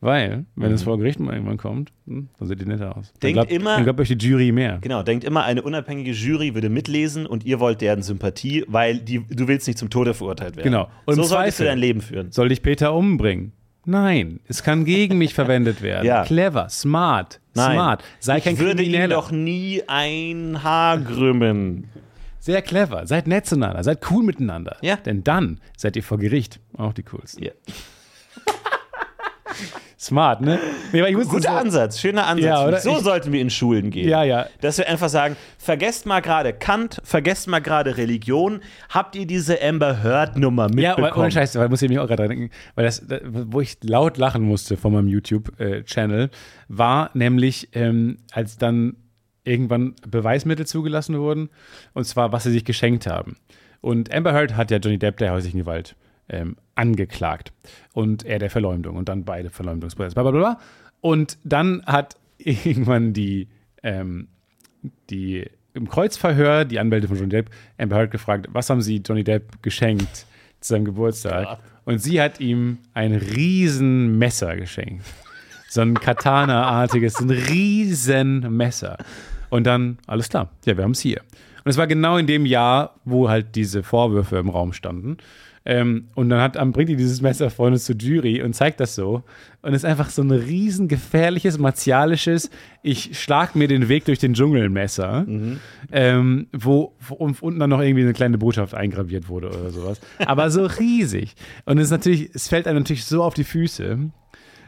B: weil, wenn es vor Gericht mal irgendwann kommt, hm, dann seht ihr netter aus.
A: Mhm. Denkt
B: dann glaubt,
A: immer-
B: Dann glaubt euch die Jury mehr.
A: Genau, denkt immer, eine unabhängige Jury würde mitlesen und ihr wollt deren Sympathie, weil die, du willst nicht zum Tode verurteilt werden.
B: Genau. Und
A: so
B: im
A: solltest du
B: Zweifel-
A: dein Leben führen.
B: Soll ich Peter umbringen? Nein, es kann
A: [laughs]
B: gegen mich verwendet werden.
A: Ja.
B: Clever, smart,
A: Nein.
B: smart. Sei kein
A: ich würde ihm
B: Krimineller.
A: doch nie ein Haar krümmen.
B: Sehr clever. Seid nett zueinander. Seid cool miteinander.
A: Ja.
B: Denn dann seid ihr vor Gericht auch die coolsten.
A: Ja.
B: Smart, ne? Nee, aber ich wusste
A: Guter
B: so-
A: Ansatz, schöner Ansatz.
B: Ja, oder?
A: So
B: Ich-
A: sollten wir in Schulen gehen.
B: Ja, ja.
A: Dass wir einfach sagen, vergesst mal gerade Kant, vergesst mal gerade Religion. Habt ihr diese Amber Heard Nummer
B: Ja,
A: mitbekommen?
B: aber ohne Scheiße, weil muss ich mich auch gerade dran denken, weil das, da- wo ich laut lachen musste von meinem YouTube-Channel, war nämlich, ähm, als dann irgendwann Beweismittel zugelassen wurden, und zwar, was sie sich geschenkt haben. Und Amber Heard hat ja Johnny Depp der häuslichen Gewalt ähm, angeklagt und er der Verleumdung und dann beide Verleumdungsprozesse, bla bla bla. bla. Und dann hat [laughs] irgendwann die ähm, die im Kreuzverhör die Anwälte von Johnny Depp Amber Heard gefragt, was haben sie Johnny Depp geschenkt zu seinem Geburtstag? Und sie hat ihm ein riesen Messer geschenkt. So ein Katana-artiges, ein riesen Messer. Und dann, alles klar, ja, wir haben es hier. Und es war genau in dem Jahr, wo halt diese Vorwürfe im Raum standen. Ähm, und dann hat, am- bringt die dieses Messer vorne zur Jury und zeigt das so. Und ist einfach so ein riesen gefährliches, martialisches, ich schlag mir den Weg durch den Dschungel Messer,
A: Mhm.
B: ähm, wo, wo unten dann noch irgendwie eine kleine Botschaft eingraviert wurde oder sowas. Aber so riesig. Und es ist natürlich, es fällt einem natürlich so auf die Füße.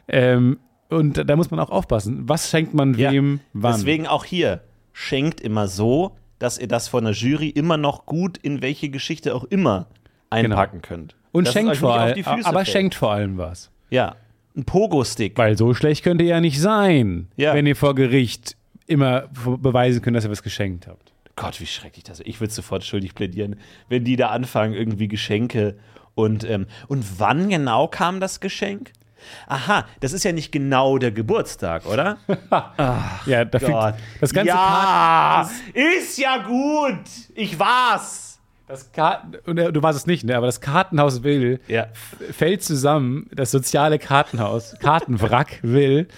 B: Ähm, und da- da muss man auch aufpassen. Was schenkt man
A: Ja.
B: wem wann?
A: Deswegen auch hier, schenkt immer so, dass ihr das von der Jury immer noch gut in welche Geschichte auch immer einpacken könnt.
B: Genau. und
A: Dass es
B: schenkt
A: euch
B: vor
A: also nicht auf
B: allem,
A: die Füße
B: aber
A: fällt.
B: schenkt vor allem was.
A: Ja. Ein Pogo-Stick.
B: Weil so schlecht könnt ihr ja nicht sein,
A: Ja.
B: wenn ihr vor Gericht immer v- beweisen könnt, dass ihr was geschenkt habt.
A: Gott, wie schrecklich das ist. Ich würde sofort schuldig plädieren, wenn die da anfangen, irgendwie Geschenke und, ähm, und wann genau kam das Geschenk? Aha, das ist ja nicht genau der Geburtstag, oder?
B: ja, da
A: Gott.
B: fängt [laughs] das ganze Karten-
A: ja, ist ja gut. Ich war's.
B: das Karten und äh, du warst es nicht, ne? aber das Kartenhaus will
A: Ja.
B: fällt zusammen, das soziale Kartenhaus,
A: [laughs]
B: Kartenwrack will,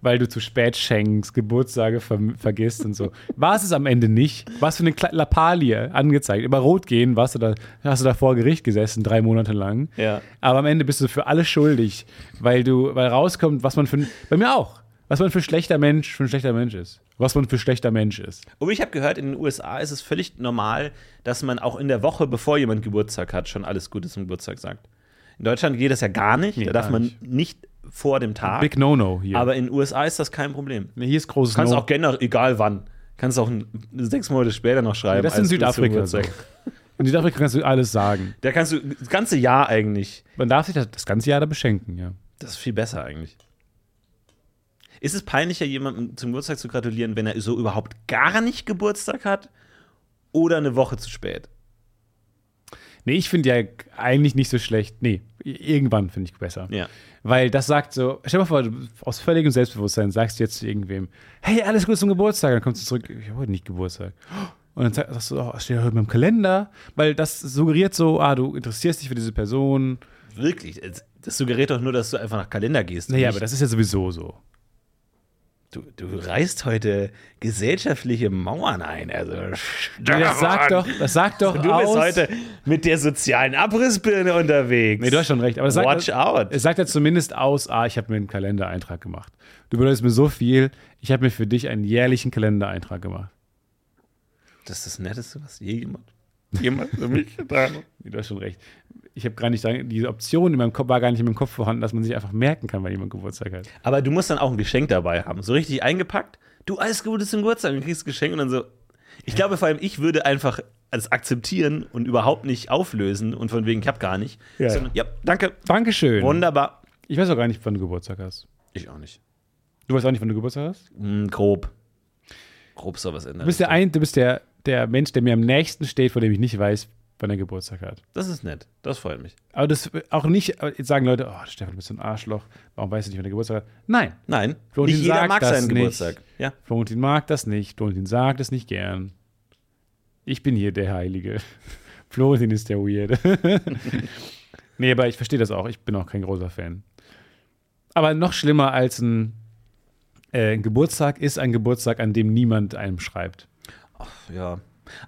B: weil du zu spät schenkst, Geburtstage ver vergisst und so. War es es am Ende nicht? Was für eine Kla- Lappalie angezeigt. Über Rot gehen warst du da, hast du da vor Gericht gesessen, drei Monate lang.
A: Ja.
B: Aber am Ende bist du für alles schuldig, weil du, weil rauskommt, was man für ein- bei mir auch, was man für ein schlechter Mensch, für ein schlechter Mensch ist. Was man für ein schlechter Mensch ist.
A: Und ich habe gehört, in den USA ist es völlig normal, dass man auch in der Woche, bevor jemand Geburtstag hat, schon alles Gute zum Geburtstag sagt. In Deutschland geht das ja gar nicht. da
B: gar
A: darf man nicht. vor dem Tag.
B: Big No-No hier.
A: Ah. aber in den USA ist das kein Problem.
B: Nee, hier ist großes
A: Kannst
B: No.
A: auch generell, egal wann. Kannst auch n- sechs Monate später noch schreiben.
B: das ist in
A: alles Gute zum
B: Südafrika. So.
A: Geburtstag.
B: In Südafrika kannst du alles sagen.
A: Da kannst du das ganze Jahr eigentlich.
B: Man darf sich das, das ganze Jahr da beschenken, ja.
A: Das ist viel besser eigentlich. Ist es peinlicher, jemandem zum Geburtstag zu gratulieren, wenn er so überhaupt gar nicht Geburtstag hat oder eine Woche zu spät?
B: Nee, ich finde ja eigentlich nicht so schlecht. Nee, irgendwann finde ich besser.
A: Ja.
B: Weil das sagt so, stell dir mal vor, du, aus völligem Selbstbewusstsein sagst du jetzt zu irgendwem, hey, alles Gute zum Geburtstag. Dann kommst du zurück, ich habe heute nicht Geburtstag. Und dann sag- sagst du, oh, steht ja heute im Kalender. Weil das suggeriert so, ah, du interessierst dich für diese Person.
A: Wirklich? Das suggeriert doch nur, dass du einfach nach Kalender gehst.
B: Naja,
A: Nicht,
B: aber das ist ja sowieso so.
A: du, du reißt heute gesellschaftliche Mauern ein. Also, nee,
B: Nee, das sagt doch, das [laughs] sagt doch
A: Du
B: aus.
A: bist heute mit der sozialen Abrissbirne unterwegs.
B: Nee, du hast schon recht. Aber das sagt,
A: Watch out.
B: Es sagt ja zumindest aus, ah, ich habe mir einen Kalendereintrag gemacht. Du bedeutest mir so viel, ich habe mir für dich einen jährlichen Kalendereintrag gemacht.
A: Das ist das Netteste, was je
B: [laughs]
A: jemand, jemand für mich getan hat.
B: Nee, du hast schon recht. Ich habe gar nicht, diese Option in meinem Kopf war gar nicht in meinem Kopf vorhanden, dass man sich einfach merken kann, wenn jemand Geburtstag hat.
A: Aber du musst dann auch ein Geschenk dabei haben. So richtig eingepackt. Du, alles Gute zum Geburtstag. Du kriegst ein Geschenk und dann so. Ich glaube vor allem, ich würde einfach das akzeptieren und überhaupt nicht auflösen und von wegen, ich hab gar nicht.
B: Ja.
A: Sondern, ja, danke.
B: Dankeschön.
A: Wunderbar.
B: ich weiß auch gar nicht, wann du Geburtstag hast.
A: Ich auch nicht.
B: Du weißt auch nicht, wann du Geburtstag hast? Du
A: Hm, grob. Grob soll was ändern.
B: bist der, ein, Mm, du bist der, der Mensch, der mir am nächsten steht, von dem ich nicht weiß, wann er Geburtstag hat.
A: das ist nett. Das freut mich.
B: Aber das auch nicht, jetzt sagen Leute, oh, Stefan, du bist so ein Arschloch, warum weißt du nicht, wann er Geburtstag hat? Nein,
A: Nein.
B: Florentin
A: nicht jeder
B: sagt
A: mag
B: das
A: seinen
B: nicht.
A: Geburtstag. Ja.
B: Florentin mag das nicht. Florentin sagt es nicht gern. Ich bin hier der Heilige. [laughs] Florentin ist der Weird. [laughs] nee, aber ich verstehe das auch. Ich bin auch kein großer Fan. Aber noch schlimmer als ein, äh, ein Geburtstag ist ein Geburtstag, an dem niemand einem schreibt.
A: Ja.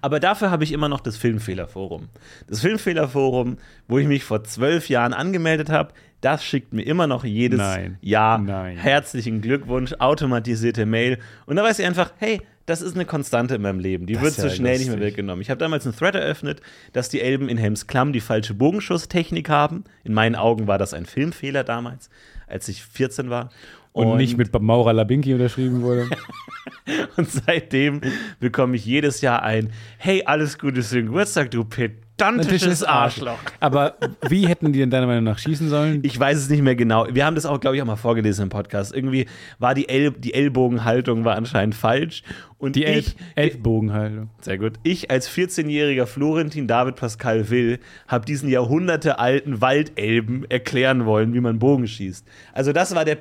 A: Aber dafür habe ich immer noch das Filmfehlerforum. Das Filmfehlerforum, wo ich mich vor zwölf Jahren angemeldet habe, das schickt mir immer noch jedes
B: Nein.
A: Jahr
B: Nein.
A: herzlichen Glückwunsch, automatisierte Mail. Und da weiß ich einfach, hey, das ist eine Konstante in meinem Leben. Die wird
B: ist
A: so
B: ja
A: schnell nicht mehr
B: lustig.
A: weggenommen. Ich habe damals einen Thread eröffnet, dass die Elben in Helmsklamm die falsche Bogenschusstechnik haben. In meinen Augen war das ein Filmfehler damals, als ich 14 war.
B: Und, nicht mit Maurer Labinki unterschrieben wurde.
A: [laughs] Und seitdem bekomme ich jedes Jahr ein Hey, alles Gute zum Geburtstag, du pedantisches Arschloch.
B: Aber wie hätten die denn deiner Meinung nach schießen sollen?
A: Ich weiß es nicht mehr genau. Wir haben das auch, glaube ich, auch mal vorgelesen im Podcast. Irgendwie war die, El die Ellbogenhaltung war anscheinend falsch. Und
B: Die Elb
A: ich,
B: Elbbogenhaltung.
A: sehr gut, ich als 14-jähriger Florentin David Pascal Will habe diesen jahrhundertealten Waldelben erklären wollen, wie man Bogen schießt. Also das war der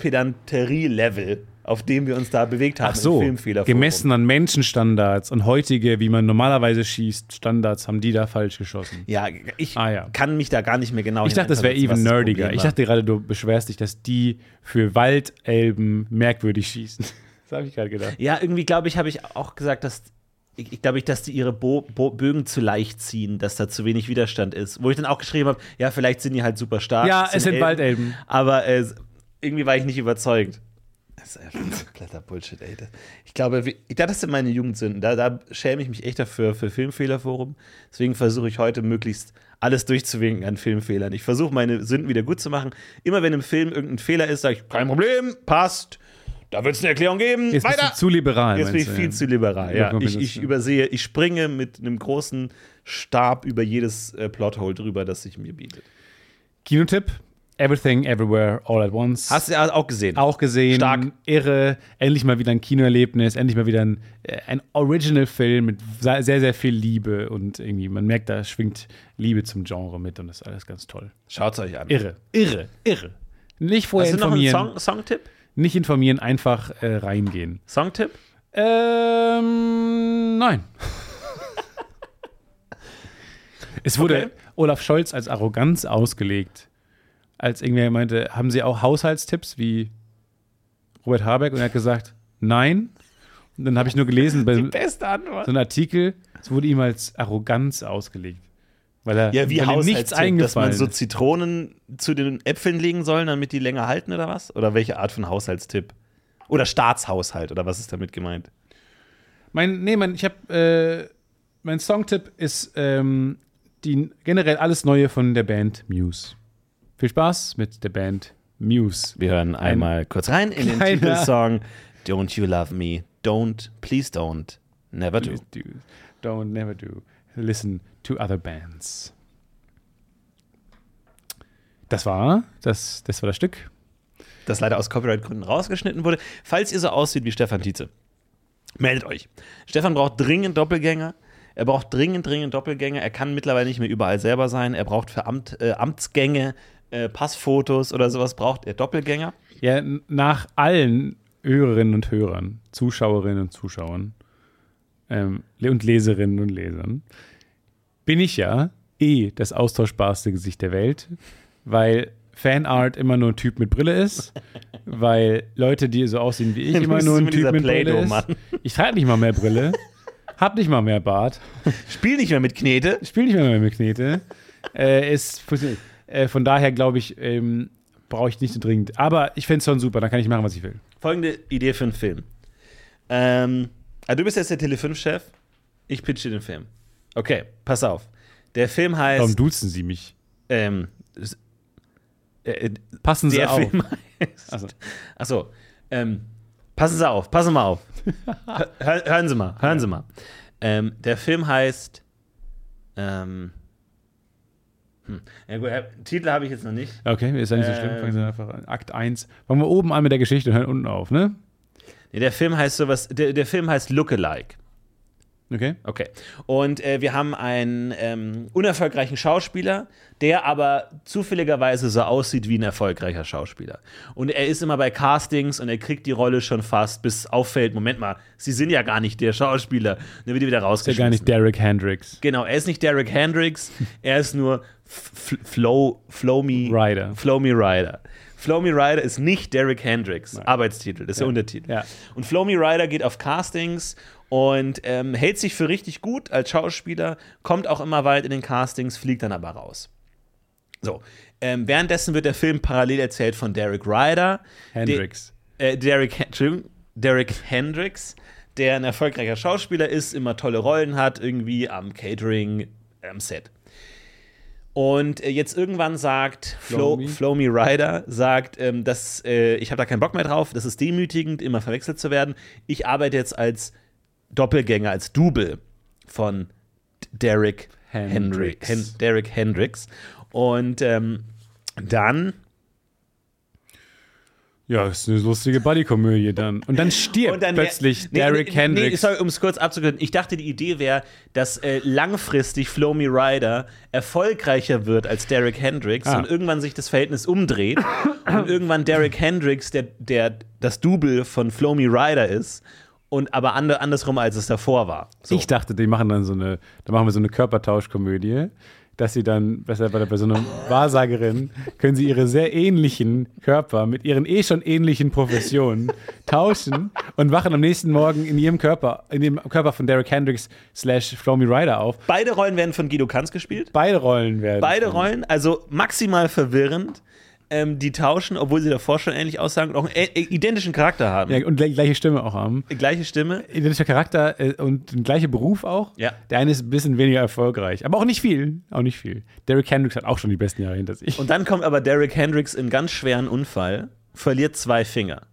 A: Pedanterie-Level, auf dem wir uns da bewegt haben
B: Ach so,
A: im Filmfehlerforum.
B: gemessen an Menschenstandards und heutige, wie man normalerweise schießt, Standards, haben die da falsch geschossen.
A: Ja, ich
B: Ah, ja.
A: kann mich da gar nicht mehr genau
B: Ich dachte, das wäre
A: hineinversetzen,
B: even
A: was das
B: nerdiger.
A: Problem ne?
B: Ich
A: war.
B: dachte gerade, du beschwerst dich, dass die für Waldelben merkwürdig schießen. [laughs] Das habe ich gerade gedacht.
A: Ja, irgendwie glaube ich, habe ich auch gesagt, dass ich, ich glaube ich, dass die ihre Bo Bo Bögen zu leicht ziehen, dass da zu wenig Widerstand ist. Wo ich dann auch geschrieben habe, ja, vielleicht sind die halt super stark.
B: Ja, es sind Waldelben.
A: Aber äh, irgendwie war ich nicht überzeugt. Das ist einfach kompletter Bullshit, ey. Das- Ich glaube, wie- ich- das sind meine Jugendsünden. Da, da schäme ich mich echt dafür für Filmfehlerforum. Deswegen versuche ich heute möglichst alles durchzuwinken an Filmfehlern. Ich versuche meine Sünden wieder gut zu machen. Immer wenn im Film irgendein Fehler ist, sage ich, kein Problem, passt. Da wird es eine Erklärung geben.
B: Jetzt
A: Weiter.
B: bist du zu liberal.
A: Jetzt bin ich
B: meinst du,
A: viel
B: ja.
A: zu liberal. Ja. Ich, ich
B: Überkompensation.
A: übersehe, ich springe mit einem großen Stab über jedes äh, Plothole drüber, das sich mir bietet.
B: Kinotipp: Everything, Everywhere, All at Once.
A: Hast du ja auch gesehen?
B: auch gesehen.
A: Stark.
B: Irre. Endlich mal wieder ein Kinoerlebnis. Endlich mal wieder ein, äh, ein Original-Film mit sa- sehr, sehr viel Liebe. Und irgendwie, man merkt, da schwingt Liebe zum Genre mit und das ist alles ganz toll.
A: Schaut's euch an.
B: Irre. Irre. Irre. Nicht vorher
A: Hast du noch einen
B: informieren.
A: Song, Songtipp?
B: Nicht informieren, einfach äh, reingehen.
A: Songtipp?
B: Ähm, nein. [laughs] es wurde
A: Okay.
B: Olaf Scholz als Arroganz ausgelegt. Als irgendwer meinte, haben Sie auch Haushaltstipps wie Robert Habeck? Und er hat gesagt, nein. Und dann habe ich nur gelesen bei so
A: Beste Antwort.
B: einem Artikel, es wurde ihm als Arroganz ausgelegt. Weil er
A: Ja, wie
B: weil ihm
A: Haushaltstipp,
B: nichts
A: dass man
B: eingefallen
A: so
B: ist.
A: Zitronen zu den Äpfeln legen soll, damit die länger halten oder was? Oder welche Art von Haushaltstipp? Oder Staatshaushalt oder was ist damit gemeint?
B: Mein, nee, mein, ich hab, äh, mein Songtipp ist ähm, die, generell alles Neue von der Band Muse. Viel Spaß mit der Band Muse.
A: Wir hören einmal kurz rein in den
B: kleiner-
A: Titelsong Don't You Love Me, Don't, Please Don't, Never Do.
B: Please do, don't never do. Listen to other bands. Das war das, das war das Stück.
A: das leider aus Copyright-Gründen rausgeschnitten wurde. Falls ihr so aussieht wie Stefan Tietze, meldet euch. Stefan braucht dringend Doppelgänger. Er braucht dringend, dringend Doppelgänger. Er kann mittlerweile nicht mehr überall selber sein. Er braucht für Amt, äh, Amtsgänge, äh, Passfotos oder sowas braucht er Doppelgänger.
B: Ja, n- nach allen Hörerinnen und Hörern, Zuschauerinnen und Zuschauern ähm, le- und Leserinnen und Lesern bin ich ja eh das austauschbarste Gesicht der Welt, weil Fanart immer nur ein Typ mit Brille
A: [laughs]
B: ist, weil Leute, die so aussehen wie ich,
A: Du
B: immer
A: bist
B: nur ein
A: mit
B: Typ
A: dieser
B: mit Brille
A: Play-Doh,
B: ist.
A: Mann.
B: Ich trage nicht mal mehr Brille, hab nicht mal mehr Bart,
A: Spiel nicht mehr mit Knete.
B: spiele nicht mehr mit Knete. äh, es funktioniert. Äh, von daher glaube ich, ähm, brauche ich nicht so dringend. Aber ich fände es schon super, dann kann ich machen, was ich will.
A: Folgende Idee für einen Film. Ähm, ah, du bist jetzt der Tele5-Chef. Ich pitche den Film. Okay, pass auf. Der Film
B: Warum
A: heißt.
B: duzen Sie mich?
A: Ähm, s- äh,
B: Passen Sie
A: der
B: auf.
A: Film heißt.
B: [laughs] Also,
A: Achso, ähm, passen Sie auf, passen Sie mal auf. Hör, hören Sie mal, hören Sie mal. Ähm, der Film heißt. Ähm, hm, ja, gut, äh, Titel habe ich jetzt noch nicht.
B: okay, ist ja nicht so schlimm.
A: Ähm.
B: Fangen Sie einfach an. Akt 1. Fangen wir oben an mit der Geschichte und hören unten auf, ne?
A: Nee, der Film heißt sowas. Der, der Film heißt Lookalike.
B: Okay.
A: Okay. Und äh, wir haben einen ähm, unerfolgreichen Schauspieler, der aber zufälligerweise so aussieht wie ein erfolgreicher Schauspieler. Und er ist immer bei Castings und er kriegt die Rolle schon fast, bis auffällt, Moment mal, sie sind ja gar nicht der Schauspieler. Und dann wird er wieder
B: Der
A: rausgeschmissen.
B: gar nicht Derek Hendricks.
A: Genau, er ist nicht Derek Hendricks, er ist nur F- F- Flow, Flow Me
B: Rider.
A: Flow Me Rider. Flow Me Rider ist nicht Derek Hendricks, Arbeitstitel, das ist der
B: Ja.
A: Untertitel.
B: Ja.
A: Und Flow Me Rider geht auf Castings und ähm, hält sich für richtig gut als Schauspieler, kommt auch immer weit in den Castings, fliegt dann aber raus. So, ähm, währenddessen wird der Film parallel erzählt von Derek Ryder,
B: Hendricks.
A: äh, Derek, Hen- Entschuldigung, Derek Hendricks, der ein erfolgreicher Schauspieler ist, immer tolle Rollen hat, irgendwie am Catering, am Set. Und äh, jetzt irgendwann sagt Flo,
B: Flow Me?
A: Flow Me Rider, sagt, ähm, dass äh, ich habe da keinen Bock mehr drauf, das ist demütigend, immer verwechselt zu werden. Ich arbeite jetzt als Doppelgänger, als Double von D- Derek Hendricks.
B: Hendricks.
A: Hen Derek Hendricks. Und ähm, dann
B: Ja, ist eine lustige Buddy-Komödie dann. Und dann stirbt
A: Und dann wär-
B: plötzlich
A: Nee,
B: Derek
A: nee, Nee,
B: Hendricks.
A: sorry, um es kurz abzukürzen. Ich dachte, die Idee wäre, dass äh, langfristig Flow Me Rider erfolgreicher wird als Derek Hendricks
B: Ah.
A: und irgendwann sich das Verhältnis
B: [coughs]
A: umdreht und irgendwann Derek Hendricks, der, der das Double von Flow Me Rider ist und aber ander- andersrum, als es davor war. So.
B: Ich dachte, die machen dann so eine, da machen wir so eine Körpertauschkomödie, dass sie dann, besser bei der Person Wahrsagerin, können sie ihre sehr ähnlichen Körper mit ihren eh schon ähnlichen Professionen tauschen und wachen am nächsten Morgen in ihrem Körper, in dem Körper von Derek Hendricks slash Flowmy Rider auf.
A: Beide Rollen werden von Guido Kanz gespielt.
B: Beide Rollen werden.
A: Beide Rollen, also maximal verwirrend. Ähm, die tauschen, obwohl sie davor schon ähnlich aussagen und auch einen ä- ä- identischen Charakter haben.
B: Ja, und gleich- gleiche Stimme auch haben.
A: Gleiche Stimme.
B: Identischer Charakter äh, und ein gleicher Beruf auch.
A: Ja.
B: Der eine ist ein bisschen weniger erfolgreich, aber auch nicht viel. Auch nicht viel. Derek Hendricks hat auch schon die besten Jahre hinter sich.
A: Und dann kommt aber Derek Hendricks in ganz schweren Unfall, verliert zwei Finger.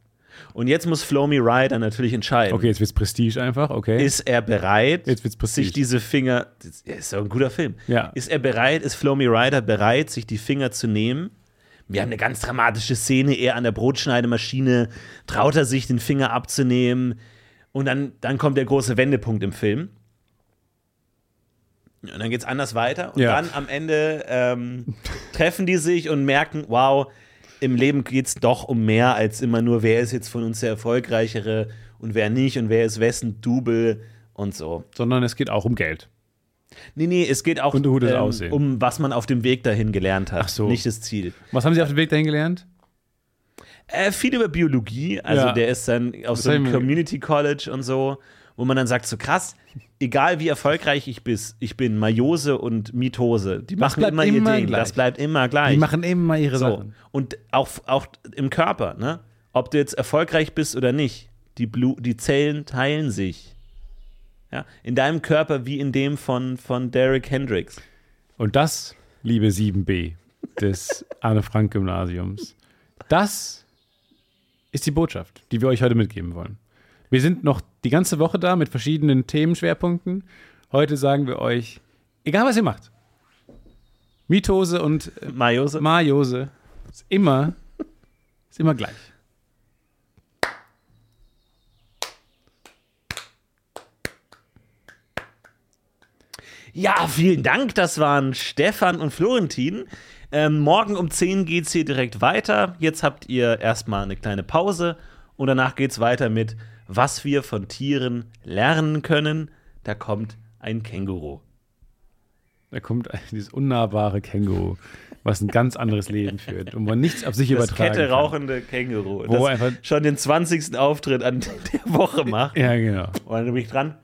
A: Und jetzt muss Flomi Ryder natürlich entscheiden.
B: okay, jetzt wird's Prestige einfach, okay.
A: Ist er bereit,
B: Jetzt wird's Prestige.
A: sich diese Finger. Das ist doch ein guter Film.
B: Ja.
A: Ist er bereit, ist Flomi Ryder bereit, sich die Finger zu nehmen, Wir haben eine ganz dramatische Szene, er an der Brotschneidemaschine, traut er sich, den Finger abzunehmen. Und dann, dann kommt der große Wendepunkt im Film. Und dann geht's anders weiter. Und
B: Ja.
A: dann am Ende ähm, treffen die sich und merken, wow, im Leben geht's doch um mehr als immer nur, wer ist jetzt von uns der Erfolgreichere und wer nicht und wer ist wessen Double und so.
B: sondern es geht auch um Geld.
A: Nee, nee, es geht auch
B: Und gutes Aussehen.
A: um, was man auf dem Weg dahin gelernt hat,
B: Ach so.
A: nicht das Ziel.
B: Was haben Sie auf dem Weg dahin gelernt?
A: Äh, viel über Biologie, also
B: Ja.
A: der ist dann auf so
B: hab ich
A: einem
B: mir-
A: Community College und so, wo man dann sagt, so krass, egal wie erfolgreich ich bis, ich bin, Meiose und Mitose, die machen
B: bleibt
A: immer ihr
B: immer
A: Ding,
B: gleich.
A: das bleibt immer gleich.
B: Die machen eben mal ihre
A: so.
B: Sachen.
A: Und auch, auch im Körper, ne? Ob du jetzt erfolgreich bist oder nicht, die, Blu die Zellen teilen sich. Ja? In deinem Körper wie in dem von, von Derek Hendricks.
B: Und das, liebe 7b [laughs] des Anne-Frank-Gymnasiums, das ist die Botschaft, die wir euch heute mitgeben wollen. Wir sind noch die ganze Woche da mit verschiedenen Themenschwerpunkten. Heute sagen wir euch, egal was ihr macht, Mitose und äh,
A: Meiose?
B: Mariose ist immer, ist immer gleich.
A: Ja, vielen Dank. Das waren Stefan und Florentin. Ähm, morgen um 10 geht's hier direkt weiter. Jetzt habt ihr erstmal eine kleine Pause und danach geht's weiter mit was wir von Tieren lernen können. Da kommt ein Känguru.
B: Da kommt [laughs] ein- dieses unnahbare Känguru, was ein ganz anderes Leben führt und man nichts auf sich
A: Das
B: übertragen
A: Kette
B: kann.
A: rauchende Känguru,
B: Wo
A: das
B: einfach-
A: schon den 20. Auftritt an [laughs] der Woche macht.
B: Ja, genau.
A: Und dann bin ich dran.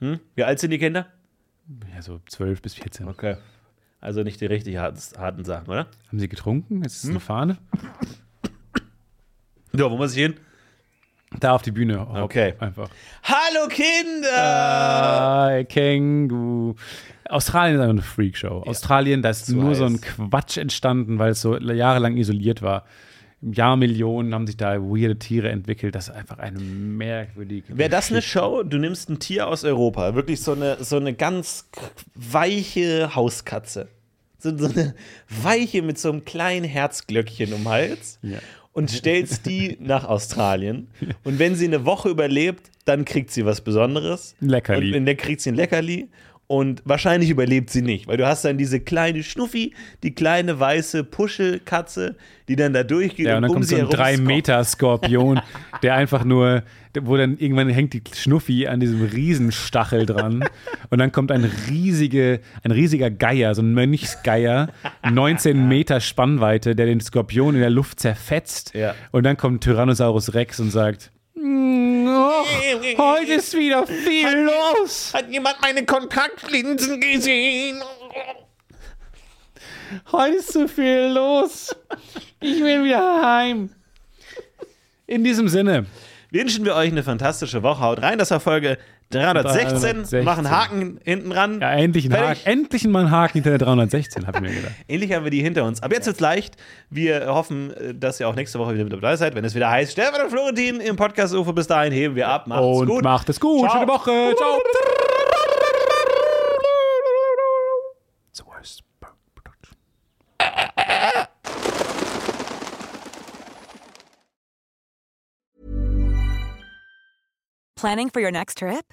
A: Hm? Wie alt sind die Kinder?
B: Ja, so 12 bis 14.
A: Okay. Also nicht die richtig harten, harten Sachen, oder?
B: Haben Sie getrunken? Jetzt ist
A: Hm?
B: es eine Fahne.
A: Ja, wo muss ich hin?
B: Da auf die Bühne. Hopp,
A: Okay.
B: Einfach.
A: Hallo Kinder!
B: Äh, Känguru. Australien ist einfach eine Freakshow. Australien, da ist nur so ein
A: heiß.
B: Quatsch entstanden, weil es so jahrelang isoliert war. Im Jahr Millionen haben sich da weirde Tiere entwickelt. Das ist einfach eine merkwürdige.
A: Wäre das eine Show? Du nimmst ein Tier aus Europa, wirklich so eine, so eine ganz k- weiche Hauskatze. So, so eine weiche mit so einem kleinen Herzglöckchen um den Hals
B: Ja.
A: und stellst die nach Australien. Und wenn sie eine Woche überlebt, dann kriegt sie was Besonderes.
B: Ein Leckerli.
A: Und in der kriegt sie ein Leckerli. Und wahrscheinlich überlebt sie nicht, weil du hast dann diese kleine Schnuffi, die kleine weiße Puschelkatze, die dann da durchgeht
B: Ja, und dann
A: um
B: kommt
A: sie
B: so ein
A: herum skorpiert.
B: 3-Meter-Skorpion, der einfach nur, wo dann irgendwann hängt die Schnuffi an diesem Riesenstachel dran. und dann kommt ein, riesige, ein riesiger Geier, so ein Mönchsgeier, 19 Meter Spannweite, der den Skorpion in der Luft zerfetzt.
A: Ja.
B: Und dann kommt Tyrannosaurus Rex und sagt: "Mm, Och, heute ist wieder viel los.
A: Hat jemand meine Kontaktlinsen gesehen?
B: Heute ist zu viel los. Ich will wieder heim. In diesem Sinne.
A: Wünschen wir euch eine fantastische Woche. Haut rein, das war Folge 316. Wir
B: 316.
A: Machen Haken hinten ran.
B: Ja, endlich ein
A: Fertig.
B: Haken. Endlich mal ein Haken hinter der 316, habe ich mir gedacht.
A: Ähnlich haben wir die hinter uns. Aber jetzt wird's leicht. Wir hoffen, dass ihr auch nächste Woche wieder mit dabei seid, wenn es wieder heißt Stefan und Florentin im Podcast UFO. Bis dahin heben wir ab. Macht's
B: Und
A: gut.
B: macht es gut.
A: Ciao.
B: Schöne Woche. Ciao. The worst production.
C: Planning for your next trip?